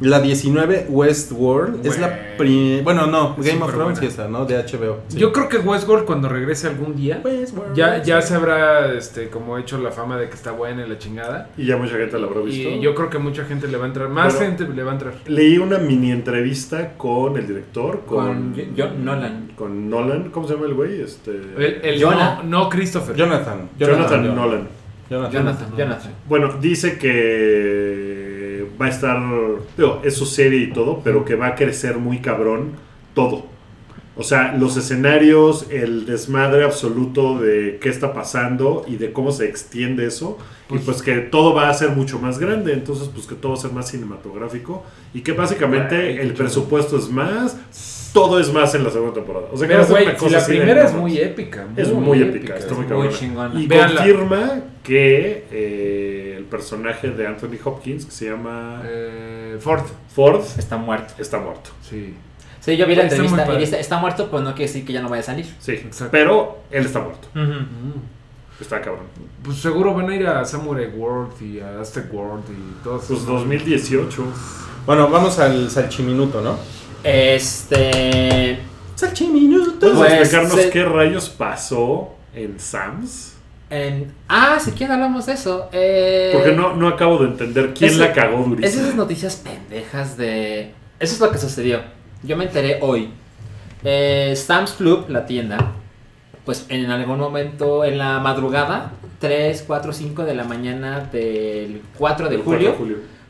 La 19, Westworld. Es la
Güey.
pri- Bueno, no, Game
Súper
of Thrones
buena.
y esa, ¿no? De HBO. Sí.
Yo creo que Westworld, cuando regrese algún día,
Westworld.
ya, ya se habrá este, como hecho la fama de que está buena y la chingada.
Y ya mucha gente la habrá visto.
Y yo creo que mucha gente le va a entrar. Más
Pero-
gente le va a entrar.
Leí una mini entrevista con el director, con,
Con John Nolan.
con Nolan. ¿Cómo se llama el güey? Este,
El, el no,
Jonah.
no Christopher.
Jonathan.
Jonathan Nolan.
Jonathan.
Jonathan, Jonathan.
Bueno, dice que va a estar, digo, es su serie y todo, pero que va a crecer muy cabrón todo. O sea, los escenarios, el desmadre absoluto de qué está pasando y de cómo se extiende eso. y pues que todo va a ser mucho más grande, entonces pues que todo va a ser más cinematográfico. Y que básicamente
Ay, qué
el
chulo.
presupuesto es más, todo es más en la segunda temporada. O sea, que va
Pero,
a ser
güey,
una
si
cosa
la
así de
primera es
enorme.
muy épica.
Es muy, épica, está muy
muy
cabrona.
chingona.
Y
Véanla.
confirma que eh, el personaje de Anthony Hopkins, que se llama
Eh, Ford.
Ford,
Está muerto.
está muerto.
Sí.
Sí, yo vi la
Está muy
entrevista y
padre.
dice, está muerto, pues no quiere decir que ya no vaya a salir.
Sí,
Exacto.
pero él está muerto.
Mm.
Está cabrón.
Pues seguro van a ir a Samurai World y a Aztec World y todos.
Pues 2018.
Pues,
Bueno, vamos al salchiminuto, ¿no?
Este.
Salchiminuto.
¿Puedes
Pues,
explicarnos
se-
qué rayos pasó en Sams?
en- Ah, si quieren hablamos de eso. Eh,
Porque no, no acabo de entender quién
ese-
la cagó
Es
durísimo.
esas noticias pendejas de. Eso es lo que sucedió. Yo me enteré hoy eh, Sam's Club, la tienda, pues en algún momento en la madrugada, 3, 4, 5 de la mañana del 4 de julio.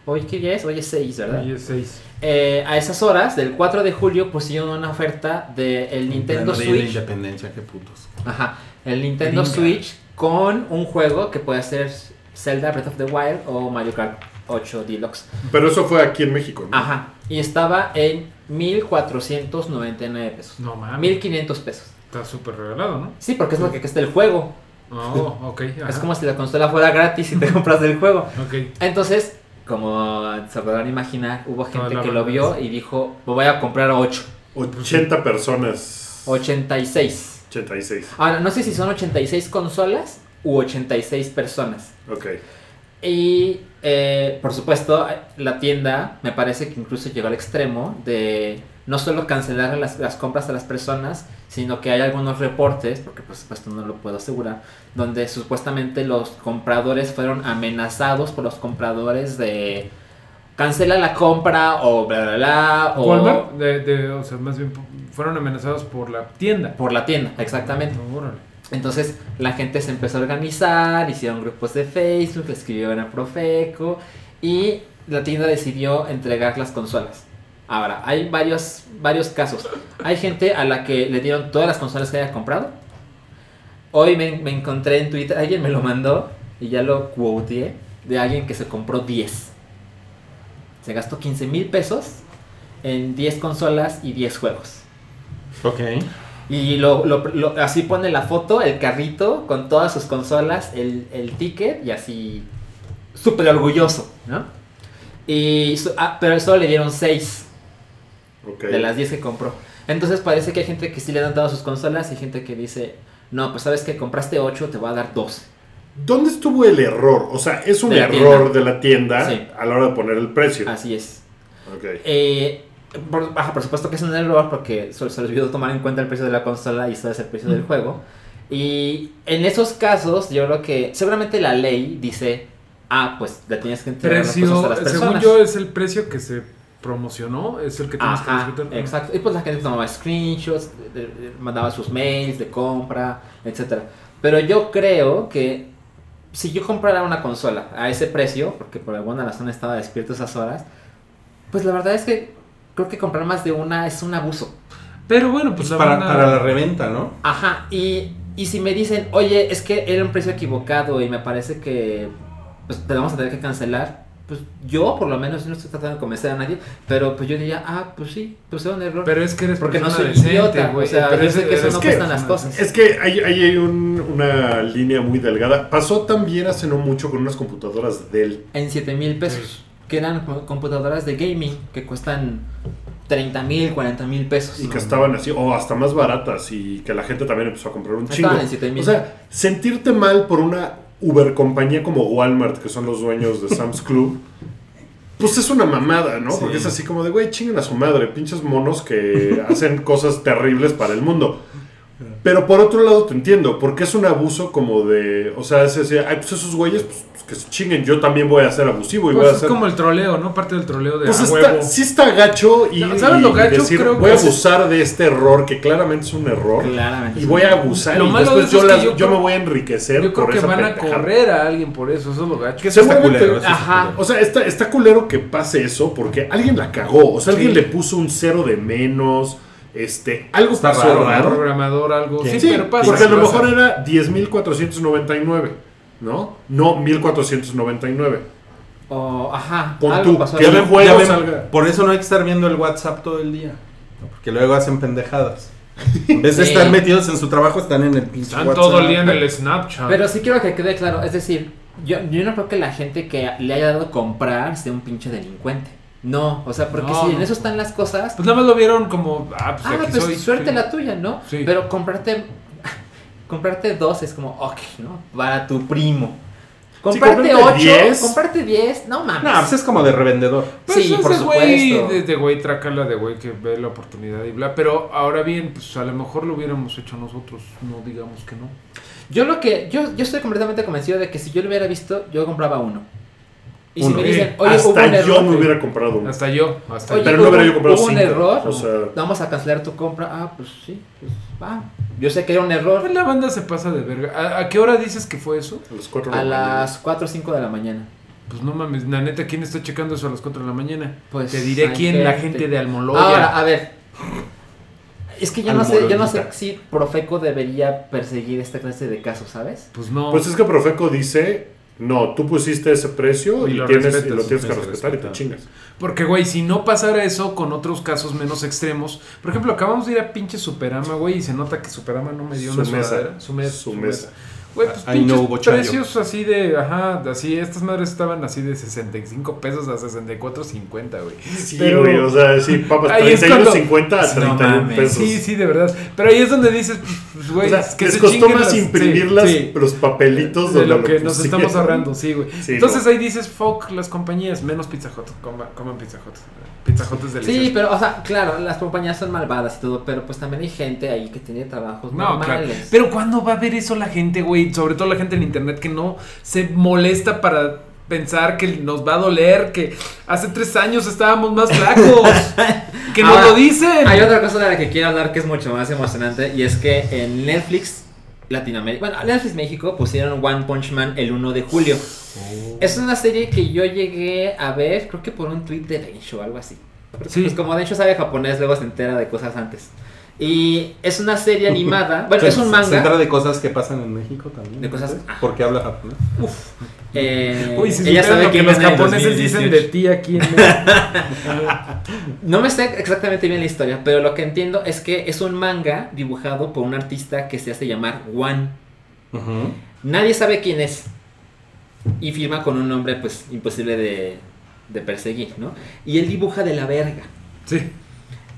Hoy qué día es? Hoy es 6, ¿verdad?
Y es 6.
Eh, a esas horas del 4 de julio pusieron una oferta del el Nintendo
Plano de la
Switch.
independencia, qué putos.
Ajá, el Nintendo Switch con un juego que puede ser Zelda Breath of the Wild o Mario Kart 8 Deluxe.
Pero eso fue aquí en México, ¿no?
Ajá, y estaba en 1499 pesos.
No mames.
1500 pesos.
Está súper regalado, ¿no?
Sí, porque es lo que cuesta el juego.
Oh, ok. ajá.
Es como si la consola fuera gratis y te compras el juego.
Ok.
Entonces, como se podrán imaginar, hubo gente
la
que lo
verdad
vio y dijo, me voy a comprar 8.
80 personas.
86.
86.
Ahora, no sé si son 86 consolas u 86 personas.
Ok.
Y eh, por supuesto, la tienda me parece que incluso llegó al extremo de no solo cancelar las, las compras a las personas, sino que hay algunos reportes, porque por supuesto no lo puedo asegurar, donde supuestamente los compradores fueron amenazados por los compradores de cancela la compra o bla bla bla o
Walmart, de, de- o sea, más bien fueron amenazados por la tienda.
por la tienda, exactamente.
Órale.
Entonces la gente se empezó a organizar, hicieron grupos de Facebook, le escribieron a Profeco y la tienda decidió entregar las consolas. Ahora, hay varios, varios casos. Hay gente a la que le dieron todas las consolas que haya comprado. Hoy me, me encontré en Twitter, alguien me lo mandó y ya lo quoteé, de alguien que se compró 10. Se gastó 15 mil pesos en 10 consolas y 10 juegos.
Ok.
Pues
Y lo, lo- lo- así pone la foto, el carrito, con todas sus consolas, el, el ticket y así súper orgulloso, ¿no? Y, so- ah, pero solo le dieron 6
Ok.
de las 10 que compró. Entonces parece que hay gente que sí le han dado sus consolas y gente que dice, no, pues sabes que compraste 8, te voy a dar 12.
¿Dónde estuvo el error? O sea, es un
De la
error de la tienda
Sí.
a la hora de poner el precio.
Así es.
Ok.
Eh, por, ajá, por supuesto que es un error porque se, se les olvidó tomar en cuenta el precio de la consola y solo es el precio del juego. Y en esos casos, yo creo que seguramente la ley dice: Ah, pues le tienes que entregar las cosas a
Precio,
las
según
personas.
yo, es el precio que se promocionó, es el que tienes que
Ajá,
respetar.
exacto. Y pues la gente tomaba screenshots, de- de- mandaba sus mails de compra, etcétera. Pero yo creo que si yo comprara una consola a ese precio, porque por alguna razón estaba despierto esas horas, pues la verdad es que creo que comprar más de una es un abuso.
Pero bueno, pues,
Pues
la
para,
banda-
para la reventa, ¿no?
Ajá, y, y si me dicen, oye, es que era un precio equivocado y me parece que pues, te vamos a tener que cancelar, pues yo por lo menos no estoy tratando de convencer a nadie, pero pues yo diría, ah, pues sí, pues era un error.
Pero es que eres
Porque no
persona
soy idiota,
güey.
o sea,
Pero
yo
es-
sé que eso
eres pues,
no
persona
cuestan las cosas.
decente.
Es que hay, ahí hay un- una línea muy delgada. Pasó también hace no mucho con unas computadoras Dell.
En 7 mil pesos, que eran co- computadoras de gaming que cuestan 30 mil, 40 mil pesos.
Y que estaban así, o hasta más baratas, y que la gente también empezó a comprar un chingo.
Estaban en 7000.
O sea, sentirte mal por una Uber compañía como Walmart, que son los dueños de Sam's Club, pues es una mamada, ¿no?
Sí.
Porque es así como de, güey, chinguen a su madre, pinches monos que hacen cosas terribles para el mundo. Pero por otro lado te entiendo, porque es un abuso como de, o sea, es así, ay, pues esos güeyes, pues, pues que se chinguen, yo también voy a ser abusivo y voy a
Pues es
ser...
como el troleo, ¿no? Parte del troleo de
Pues
a
está-
huevo.
sí está gacho y,
No, ¿sabes
y
lo gacho?
decir,
Creo que
voy a
es-
abusar de este error, que claramente es un error,
Claramente.
y voy a abusar
Lo
y
malo
después
de
yo,
eso es
las-
que yo
yo me
creo-
voy a enriquecer
Yo creo
por
que
esa
van a
pendejada.
correr a alguien por eso, eso es lo gacho.
Que eso está
Seguramente-
culero. eso está
Ajá.
culero.
O sea, está, está culero que pase eso porque alguien la cagó, o sea, alguien
Sí.
le puso un cero de menos, este, algo
Está
pasó
raro, ¿no?
raro.
programador, algo.
¿Quién?
Sí,
Sí,
pero pasa.
porque a lo
pasa.
mejor era 10.499, ¿no? No 1.499.
O, ajá,
Pon
algo
tú,
pasó
que
Ya
ahí.
le-
ven-
juego
ya ven-
salga.
Por eso no hay que estar viendo el WhatsApp todo el día. Porque luego hacen pendejadas. En vez de
Sí.
estar metidos en su trabajo, están en el pinche
Están
WhatsApp.
todo el día en el Snapchat.
Pero sí quiero que quede claro, es decir, yo, yo no creo que la gente que le haya dado comprar sea un pinche delincuente. No, o sea, porque
No,
si en
no.
eso están las cosas,
Pues nada más lo vieron como. Ah, pues
ah,
aquí
pues
soy.
suerte
Sí.
la tuya, ¿no?
Sí.
Pero comprarte comprarte dos es como, ok, ¿no? Para tu primo. Comprarte
comprarte
ocho,
10.
comprarte diez, no mames.
No, pues es como de revendedor.
Pues
sí, por
ese güey
supuesto.
de, de güey tracala, de güey que ve la oportunidad y bla. Pero ahora bien, pues a lo mejor lo hubiéramos hecho nosotros. No digamos que no.
Yo lo que, yo, yo estoy completamente convencido de que si yo lo hubiera visto, yo compraba uno. Y si
Uno.
me dicen, oye, hubo un
Eh, Hasta
error.
yo me hubiera comprado uno.
Hasta yo, hasta
Oye,
yo.
Pero no
hubo-
hubiera yo comprado
hubo un
cinco,
error.
o sea-
Vamos a cancelar tu compra. Ah, pues sí, pues va. Yo sé que era un error
La banda se pasa de verga. ¿A, a qué hora dices que fue eso?
A las cuatro de
a
la mañana.
las 4 o 5 de la mañana.
Pues no mames, la neta, ¿quién está checando eso a las 4 de la mañana?
Pues,
Te diré
hay
quién, la gente de Almoloya.
Ahora, ah, a ver. Es que yo no sé, yo no sé
Almoloyita.
si Profeco debería perseguir esta clase de casos, ¿sabes?
Pues no.
Pues es que Profeco dice, no, tú pusiste ese precio
Y
y,
lo
tienes,
respetas,
y lo tienes que
se
respetar y te
respeta.
chingas.
Porque, güey, si no pasara eso con otros casos menos extremos. Por ejemplo, acabamos de ir a pinche Superama, güey, y se nota que Superama no me dio
Su
una
mesa.
sudadera. Su, mes-
Su
su
mesa.
mesa. Güey, pues
Ahí no
pinches
hubo chayo.
precios así de, ajá, de así, estas madres estaban así de 65 pesos a 64.50, güey.
Sí,
Pero-
güey, o sea, pues sí, papas,
Ahí es
31.50
cuando-
a
No
31
mames.
pesos.
Sí, sí, de verdad. Pero ahí es donde dices, pues, pues,
O
güey,
sea,
que
les
se
costó
chinguen
más
las-
imprimir
sí,
las,
sí.
los papelitos
de lo que
pusieron.
nos estamos ahorrando, sí, güey.
Sí,
Entonces
no.
ahí dices, fuck las compañías, menos Pizza Hut, coma- coman Pizza Hut. Pizza Hut es delicioso.
Sí, pero, o sea, claro, las compañías son malvadas y todo, pero pues también hay gente ahí que tiene trabajos
No, claro.
normales.
Pero ¿cuándo va a ver eso la gente, güey? Sobre todo la gente en internet que no se molesta para pensar que nos va a doler, que hace tres años estábamos más flacos. que nos
Ahora,
lo dicen.
Ah, Hay otra cosa de la que quiero hablar que es mucho más emocionante y es que en Netflix Latinoamérica, bueno, Netflix México pusieron One Punch Man el 1 de julio.
Oh.
Es una serie que yo llegué a ver, creo que por un tweet de Densho o algo así.
Sí.
Pues como Densho sabe japonés, luego se entera de cosas antes. Y es una serie animada, bueno, es un
Se entera
manga.
de cosas que pasan en México también.
De cosas-
ah.
¿no? Porque habla japonés.
eh,
Uy, si
ella
supieran
sabe
lo que
quién
los
gana en
japoneses dicen
2018.
de ti aquí en
No me sé exactamente bien la historia, pero lo que entiendo es que es un manga dibujado por un artista que se hace llamar One.
Ujú.
Nadie sabe quién es. Y firma con un nombre, pues, imposible de, de perseguir, ¿no? Y él dibuja de la verga.
Sí.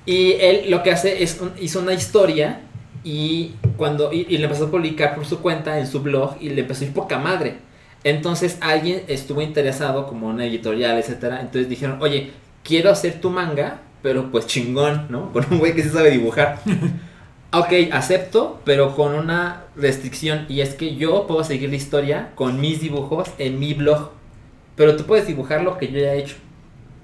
Y él lo que hace es, un- hizo una historia y cuando, y, y la empezó a publicar por su cuenta en su blog y le empezó a ir poca madre. Entonces alguien estuvo interesado como una editorial, etcétera. Entonces dijeron, oye, quiero hacer tu manga, pero pues chingón, ¿no? Con un güey que sí sabe dibujar. ok, acepto, pero con una restricción y es que yo puedo seguir la historia con mis dibujos en mi blog. Pero tú puedes dibujar lo que yo ya he hecho.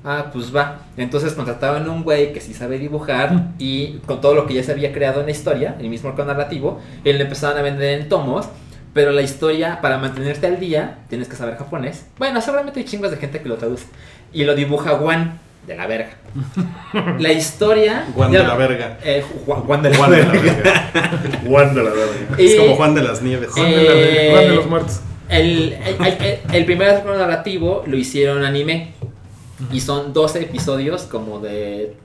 Ah, pues va. Entonces contrataban a un güey que sí sabe dibujar y con todo lo que ya se había creado en la historia, el mismo arco narrativo, él le empezaban a vender en tomos, pero la historia, para mantenerte al día, tienes que saber japonés. Bueno, seguramente hay chingos de gente que lo traduce. Y lo dibuja Juan de la verga. La historia...
Juan de la verga.
Eh, Juan, Juan de la
Juan de la
verga.
verga.
Juan de la verga.
Y-
Es como Juan de las Nieves.
Juan de, la-
Eh,
Juan de los muertos.
El, el, el- el primer arco narrativo lo hicieron anime. Y son 12 episodios como de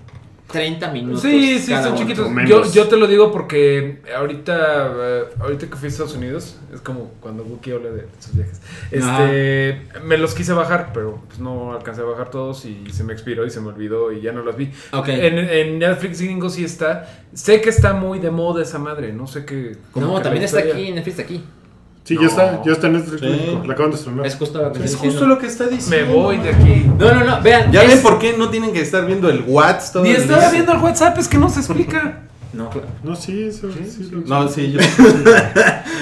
30 minutos.
Sí, sí,
cada
son
uno.
chiquitos.
menos.
Yo, yo te lo digo porque ahorita, eh, ahorita que fui a Estados Unidos, es como cuando Buki habla de sus viajes. Este, me los quise bajar, pero pues, no alcancé a bajar todos y se me expiró y se me olvidó y ya no las vi.
Ok.
En, en Netflix gringo sí está. Sé que está muy de moda esa madre, no sé qué. cómo
No,
que
también
la
está
historia.
aquí, Netflix está aquí.
Sí,
No.
ya está, ya está en Netflix
Sí.
México, La acaban de estrenar.
Es justo lo que
Es
estoy
justo
diciendo.
lo que está
Me
diciendo.
voy de aquí.
No, no, no, vean.
¿Ya
es-
ven por qué no tienen que estar viendo el Whats todo
Ni
el
estaba
día?
viendo el WhatsApp, es que no se explica.
No, claro.
No, sí, eso, sí, lo-
No, sí, yo.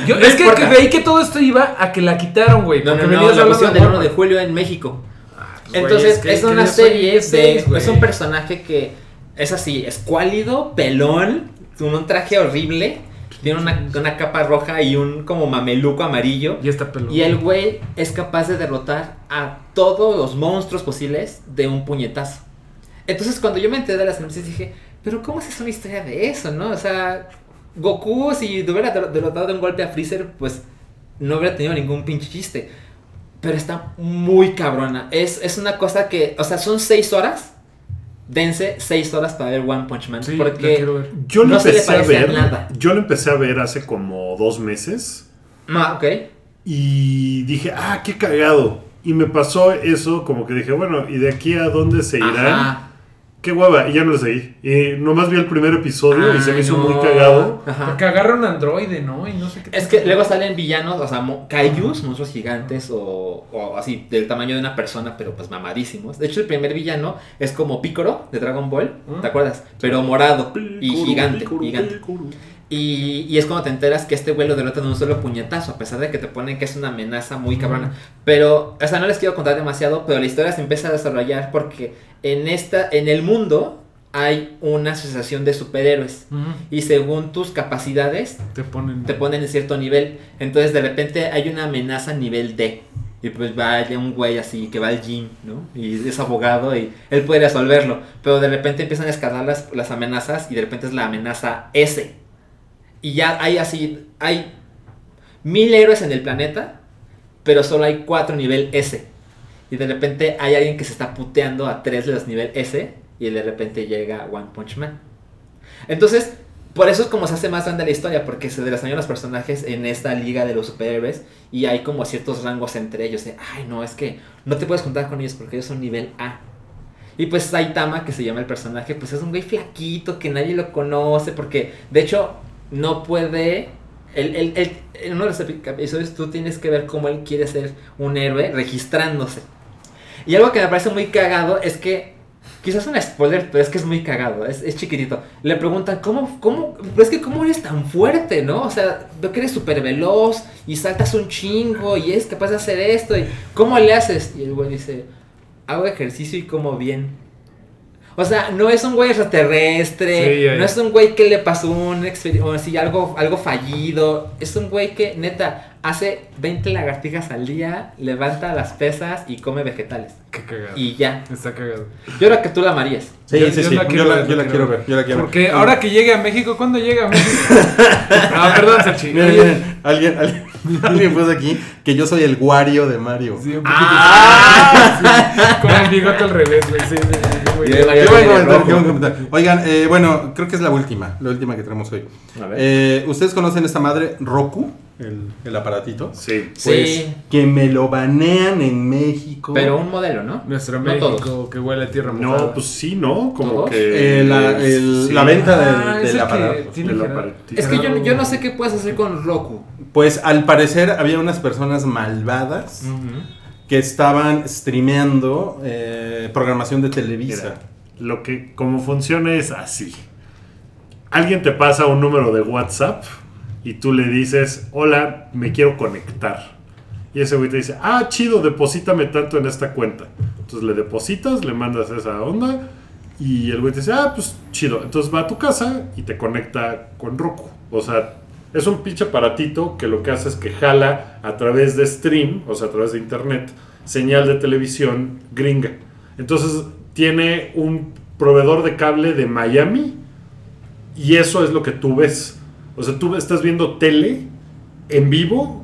Yo-
No
es que,
importa.
que veí que todo esto iba a que la quitaron, güey.
No, no,
porque
no,
venías
la
hablando
versión del 1
Juan.
de julio en México.
Pues, güey,
Entonces,
que-
es
que
una
yo soy
serie de.
seis, güey.
es un personaje que es así, escuálido, pelón, con un traje horrible, tiene una, una capa roja y un como mameluco amarillo.
Y está peludo.
Y el güey es capaz de derrotar a todos los monstruos posibles de un puñetazo. Entonces, cuando yo me enteré de las noticias, dije, pero ¿cómo se hace una historia de eso, no? O sea, Goku, si hubiera der- derrotado de un golpe a Freezer, pues no hubiera tenido ningún pinche chiste. Pero está muy cabrona. Es, es una cosa que, o sea, son seis horas. Dense seis horas para ver One Punch Man.
Sí, la quiero
porque.
ver.
Yo lo
No se le
empecé a
parece a
ver.
nada.
Yo lo empecé a ver hace como dos meses.
Ah, ok.
Y dije, ah, qué cagado. Y me pasó eso, como que dije, bueno, ¿y de aquí a dónde se irán?
Ajá.
Qué hueva, y ya no lo seguí. Y nomás vi el primer episodio y se me
Ay,
hizo
Ah, no.
muy cagado.
Ajá.
Porque agarra un androide, ¿no? Y no sé qué.
Es que luego salen villanos, o sea, mo- kaijus, monstruos gigantes o, o así, del tamaño de una persona, pero pues mamadísimos. De hecho, el primer villano es como Piccolo de Dragon Ball,
¿Mm?
¿te acuerdas? Pero morado y gigante,
Picoro,
gigante.
picoro, picoro.
Y, y es cuando te enteras que este güey lo derrota de un solo puñetazo, a pesar de que te ponen que es una amenaza muy cabrona. Pero, o sea, no les quiero contar demasiado, pero la historia se empieza a desarrollar porque en esta, en el mundo hay una asociación de superhéroes.
Ujú.
Y según tus capacidades,
Te ponen.
te ponen en cierto nivel. Entonces de repente hay una amenaza nivel D. Y pues vaya un güey así que va al gym, ¿no? Y es abogado y él puede resolverlo. Pero de repente empiezan a escalar las, las amenazas y de repente es la amenaza S. Y ya hay así, hay mil héroes en el planeta, pero solo hay cuatro nivel S. Y de repente hay alguien que se está puteando a tres de los nivel S y de repente llega One Punch Man. Entonces, por eso es como se hace más grande la historia, porque se relacionan los personajes en esta liga de los superhéroes y hay como ciertos rangos entre ellos. de, Ay, no, es que no te puedes juntar con ellos porque ellos son nivel A. Y pues Saitama, que se llama el personaje, pues es un güey flaquito que nadie lo conoce porque, de hecho, no puede... el- el- el- en uno de los epi- episodios tú tienes que ver cómo él quiere ser un héroe registrándose. Y algo que me parece muy cagado es que Quizás un spoiler, pero es que es muy cagado, es, es chiquitito. Le preguntan, ¿cómo, cómo, pero es que cómo eres tan fuerte, no? O sea, veo que eres súper veloz y saltas un chingo y es capaz de hacer esto y ¿cómo le haces? Y el güey dice, hago ejercicio y como bien. O sea, no es un güey extraterrestre,
Sí, ya, ya.
no es un güey que le pasó un exper- o así, algo, algo fallido, es un güey que, neta, hace 20 lagartijas al día, levanta las pesas y come vegetales.
Qué cagado.
Y ya.
Está cagado.
Yo creo que tú la amarías.
Sí,
Yo-
sí,
yo
sí.
la
Yo
quiero
la,
ver,
yo la
la quiero
quiero ver. Yo la quiero
Porque
ver.
ahora que llegue a México, ¿cuándo llega a México? Ah, perdón, Salchi.
Miren, miren, alguien, alguien, alguien puso aquí que yo soy el Wario de Mario.
Sí, un poquito. Sí, con el bigote al revés, güey. Sí, sí, sí, muy
Ah. Y
bien.
el-
Yo
Mario
voy a
de
comentar,
rojo.
yo voy a comentar. Oigan, eh, bueno, creo que es la última, la última que tenemos hoy.
A ver.
Eh, ¿Ustedes conocen esta madre Roku? El, el aparatito. Pues,
Sí.
Sí,
Que me lo banean en México.
pero un modelo, ¿no?
Nuestro
No
México
todos.
que huele a tierra mojada.
No, pues sí, ¿no? Como
¿Todos?
que.
Eh, la, el-
sí.
la venta del,
Ah,
del
es el que
aparato.
tiene
Del
cara-
aparatito.
Es que yo, yo no sé qué puedes hacer con Roku.
Pues al parecer había unas personas malvadas
Mm.
que estaban streameando eh, programación de Televisa.
Mira, lo que como funciona es así. Alguien te pasa un número de WhatsApp y tú le dices, hola, me quiero conectar. Y ese güey te dice, ah, chido, deposítame tanto en esta cuenta. Entonces le depositas, le mandas esa onda y el güey te dice, ah, pues chido. Entonces va a tu casa y te conecta con Roku. O sea, es un pinche aparatito que lo que hace es que jala a través de stream, o sea, a través de internet, señal de televisión gringa. Entonces tiene un proveedor de cable de Miami y eso es lo que tú ves. O sea, tú estás viendo tele en vivo,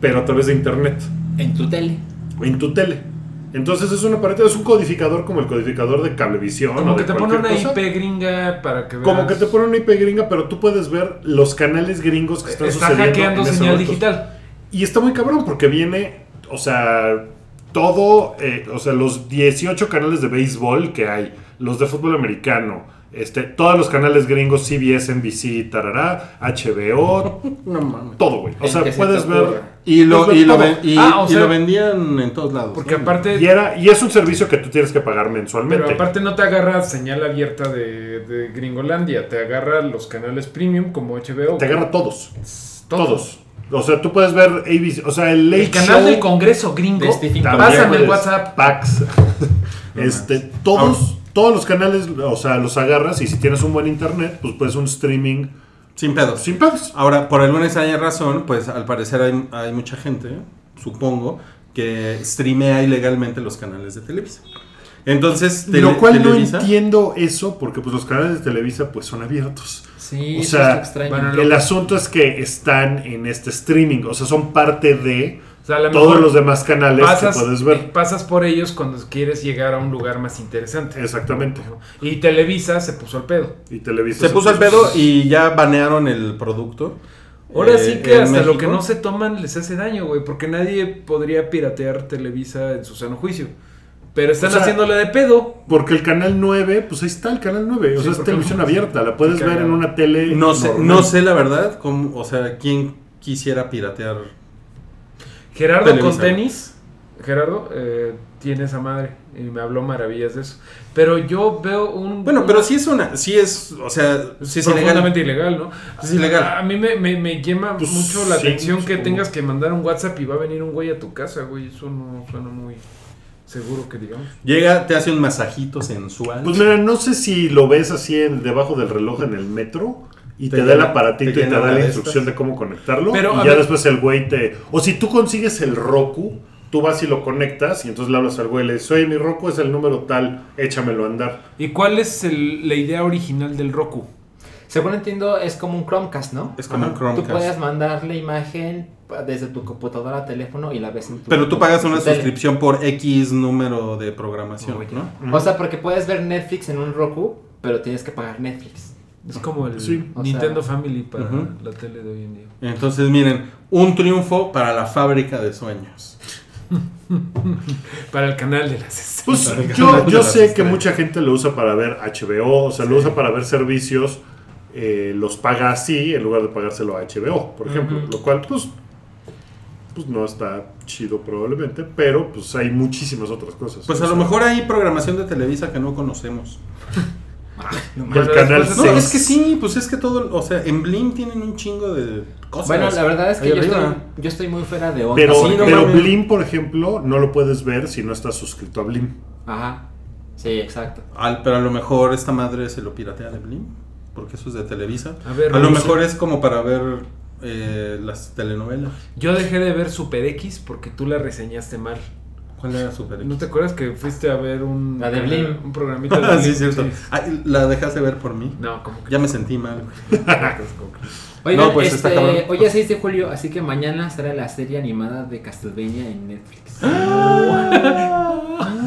pero a través de internet
En tu tele.
en tu tele. Entonces es un aparato, es un codificador como el codificador de cablevisión. o
Como
de
que te pone una
cualquier cosa.
IP gringa para que veas.
Como que te pone una IP gringa, pero tú puedes ver los canales gringos que están
Está
sucediendo.
hackeando
en ese
señal
momento.
digital.
Y está muy cabrón porque viene, o sea, todo, eh, o sea, los 18 canales de béisbol que hay, los de fútbol americano, este, todos los canales gringos, CBS, NBC, tarará, HBO,
No mames.
todo, güey. O
El
sea,
que se
puedes
te
ver.
ocurra.
Y lo,
puedes
y,
ver
lo
todo.
ven- y-
Ah, o
y
sea-
lo vendían en todos lados.
Porque
¿no?
aparte.
Mm, Y, era, y es un servicio que tú tienes que pagar mensualmente.
Pero aparte no te agarra señal abierta de, de Gringolandia, te agarra los canales premium como HBO.
Te agarra todos.
Todos.
Todos. O sea, tú puedes ver ABC, o sea, el Late
El canal
Show, este
del Congreso gringo.
De Stephen
también
Pásame el
puedes,
WhatsApp.
Pax. este, todos, todos los canales, o sea, los agarras y si tienes un buen internet, pues puedes un streaming
Sin pedos.
sin pedos.
Ahora, por alguna extraña razón, pues al parecer hay, hay mucha gente, supongo, que streamea ilegalmente los canales de Televisa. Entonces, tele-
Lo cual
Televisa-
no entiendo eso porque pues los canales de Televisa pues son abiertos.
Sí,
O
eso
sea,
es extraño.
bueno,
El asunto es que están en este streaming, o sea, son parte de
O sea, a lo
todos
mejor
los demás canales
pasas,
que puedes ver.
pasas por ellos cuando quieres llegar a un lugar más interesante.
Exactamente.
Y Televisa se puso al pedo.
Y Televisa
Se puso al pedo y ya banearon el producto.
Ahora
eh,
sí que
en
hasta lo
México.
que no se toman les hace daño, güey, porque nadie podría piratear Televisa en su sano juicio. Pero están
O sea,
haciéndole de pedo.
Porque el canal 9, pues ahí está el canal 9. O
Sí,
sea, es
porque-
televisión abierta. La puedes
Qué
ver en
cagado.
una tele.
No sé,
normal.
no sé la verdad, cómo, o sea, quién quisiera piratear.
Gerardo
Televisa.
con tenis. Gerardo eh, tiene esa madre y me habló maravillas de eso. Pero yo veo un...
Bueno,
un-
pero sí es una, sí es, o sea, sí es ilegal.
profundamente ilegal, ¿no?
Es ilegal.
A, a mí me, me- me llama
Pues
mucho la
sí,
atención que
supongo.
tengas que mandar un WhatsApp y va a venir un güey a tu casa, güey. Eso no suena muy seguro que digamos.
Llega, te hace un masajito sensual.
Pues mira, no sé si lo ves así en, debajo del reloj en el metro y
Te
te, da el
llena-
aparatito
te
y te
llena
da
una
la
de
instrucción de
estas.
cómo conectarlo.
Pero,
y
a
ya
ver-
después el güey te. O si tú consigues el Roku, tú vas y lo conectas y entonces le hablas al güey y le dices, oye, mi Roku es el número tal, échamelo a andar.
¿Y cuál es el- la idea original del Roku?
Según entiendo, es como un Chromecast, ¿no?
Es como un Chromecast.
Tú puedes mandarle imagen pa- desde tu computadora a teléfono y la ves en tu
Pero tú pagas
en tu
una
tele.
suscripción por X número de programación, ¿no?
O sea, porque puedes ver Netflix en un Roku, pero tienes que pagar Netflix.
Es como el
Sí.
O
Nintendo Family para
Ujú.
la tele de hoy en día.
Entonces, miren, un triunfo para la fábrica de sueños.
Para el canal de las...
Pues
Para que no
yo,
te
yo
las
sé que
extrañes.
mucha gente lo usa para ver HBO, o sea, lo usa para ver servicios, eh, los paga así en lugar de pagárselo a HBO, por ejemplo, lo cual pues, pues no está chido probablemente, pero pues hay muchísimas otras cosas.
Pues
O
a lo
sea,
mejor hay programación de Televisa que no conocemos.
El canal
No,
Sí.
es que sí, pues es que todo, o sea, en Blim tienen un chingo de cosas.
Bueno, la verdad es que
Ahí
yo estoy,
arriba.
yo estoy muy fuera de onda.
Pero,
Sí, no
pero
mames.
Blim, por ejemplo, no lo puedes ver si no estás suscrito a Blim.
Ajá. Sí, exacto.
Al- pero a lo mejor esta madre se lo piratea de Blim, porque eso es de Televisa.
Ah,
A ver,
lo
revisa.
mejor es como para ver eh, las telenovelas.
Yo dejé de ver Super X porque tú la reseñaste mal.
¿Cuál era Super X?
¿No te acuerdas que fuiste a ver un,
La de Blim.
un programita de
Ah, sí,
Blim?
es cierto. Ah, la dejaste ver por mí.
No, como que
Ya me sentí mal.
Oigan,
No, pues, está
este,
cabrón.
hoy es 6 de julio, así que mañana será la serie animada de Castlevania en Netflix.
¡Ah!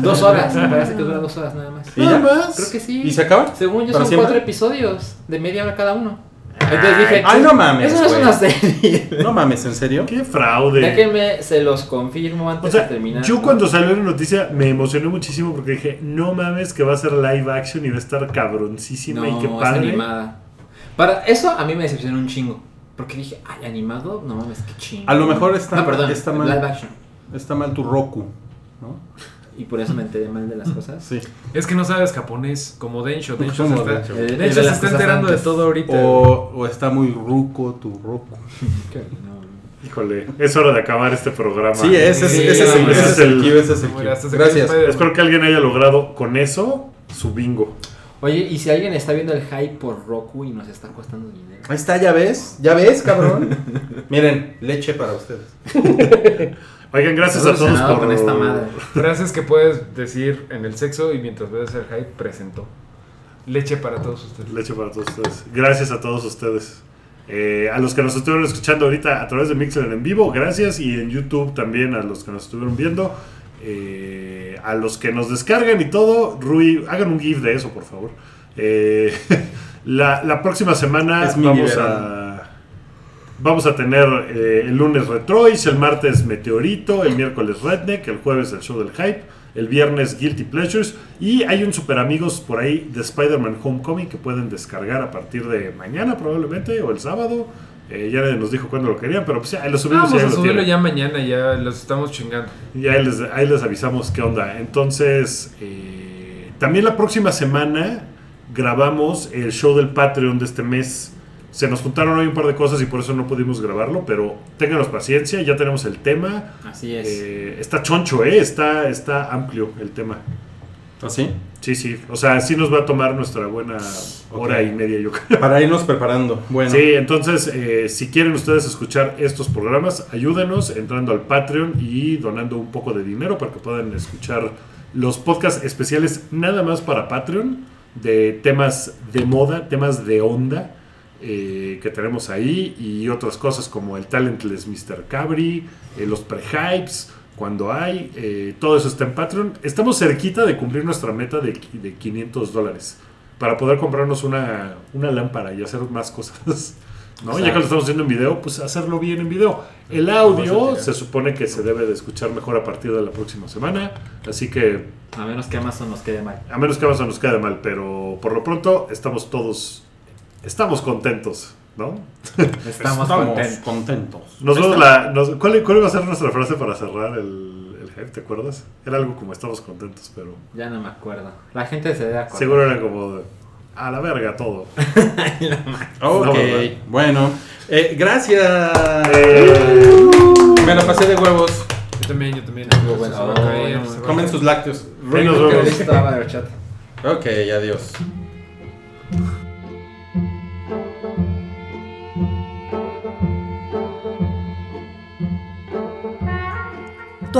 dos horas, me parece que dura dos horas nada más.
¿Y ya?
Creo que sí.
¿Y se acaba?
Según yo
¿Para
son
siempre?
cuatro episodios de media hora cada uno. Entonces dije,
ay, no mames,
Eso no es
güey.
una serie.
No mames, ¿en serio?
¡Qué fraude!
Déjenme, se los confirmo antes
O sea,
de terminar.
yo cuando salió la noticia me emocioné muchísimo porque dije, no mames que va a ser live action y va a estar
no,
cabroncísima y qué
es
padre.
animada. Para eso a mí me decepcionó un chingo, porque dije, ay, animado, no mames, qué chingo.
A lo mejor está-
no, perdón,
está mal.
live action.
Está mal tu Roku, ¿no?
Y por eso me enteré mal de las cosas.
Sí.
Es que no sabes japonés, como Densho. Densho se
Como
está,
Densho.
El- el
Densho
de
Eh, se
las
está
cosas
enterando de
antes.
todo ahorita.
O, o está muy ruco tu Roku.
Que no.
Híjole, es hora de acabar este programa.
Sí, ese es,
Sí,
ese es, el-
mames.
ese es el cue, ese es el
Como
cue.
era, hasta se cayó
Gracias.
Spider-Man.
Espero que alguien haya logrado con eso su bingo.
Oye, y si alguien está viendo el hype por Roku y nos está costando dinero.
Ahí está, ya ves, ya ves, cabrón. Miren, leche para ustedes.
Oigan, gracias a todos
Solucionado
por
con esta madre.
Frases que puedes decir en el sexo y mientras ves el hype, presentó. Leche para todos ustedes.
Leche para todos ustedes. Gracias a todos ustedes. Eh, a los que nos estuvieron escuchando ahorita a través de Mixler en vivo, gracias. Y en YouTube también a los que nos estuvieron viendo. Eh, a los que nos descargan y todo, Rui, hagan un GIF de eso, por favor. Eh, la, la próxima semana
Es mi
vamos
liberal.
a. Vamos a tener eh, el lunes Retrois, el martes Meteorito, el miércoles Redneck, el jueves el show del hype, el viernes Guilty Pleasures y hay un super amigos por ahí de Spider-Man Homecoming que pueden descargar a partir de mañana probablemente o el sábado. Eh, ya nadie nos dijo cuándo lo querían, pero pues ya ahí lo subimos. y
Vamos
ahí
a
lo
subirlo
tienen.
ya mañana, ya los estamos chingando.
Y ahí les, ahí les avisamos qué onda. Entonces, eh, también la próxima semana grabamos el show del Patreon de este mes. Se nos juntaron hoy un par de cosas y por eso no pudimos grabarlo, pero ténganos paciencia, ya tenemos el tema.
Así es.
Eh, está choncho, ¿eh? Está, está amplio el tema.
¿Así?
Sí, sí. O sea, sí nos va a tomar nuestra buena hora
Ok.
y media, yo creo.
Para irnos preparando. Bueno,
Sí, entonces, eh, si quieren ustedes escuchar estos programas, ayúdenos entrando al Patreon y donando un poco de dinero para que puedan escuchar los podcasts especiales nada más para Patreon de temas de moda, temas de onda eh, que tenemos ahí y otras cosas como el Talentless Mr. Cabri, eh, los pre-hypes. Cuando hay, eh, todo eso está en Patreon. Estamos cerquita de cumplir nuestra meta de, qui- de 500 dólares para poder comprarnos una, una lámpara y hacer más cosas. ¿no? Ya que lo estamos haciendo en video, pues hacerlo bien en video. El audio se supone que se debe de escuchar mejor a partir de la próxima semana. Así que,
A menos que Amazon nos quede mal.
a menos que Amazon nos quede mal, pero por lo pronto estamos todos, estamos contentos, ¿no?
Estamos,
pues,
estamos
contentos.
contentos.
Nos vemos la, nos- ¿cuál, ¿Cuál va a ser nuestra frase para cerrar el, el hype, ¿te acuerdas? Era algo como estamos contentos, pero
Ya no me acuerdo. La gente se da cuenta.
seguro era como de, a la verga todo.
Ok,
No, ¿verdad?
bueno. Eh, gracias.
Eh,
Me la pasé de huevos.
Yo también, yo también.
bueno.
Se va a caer,
Oh, no,
se va a
Comen
caer.
sus lácteos.
ahí nos
Creo que
vemos.
estaba en el chat.
Ok, adiós.
Tu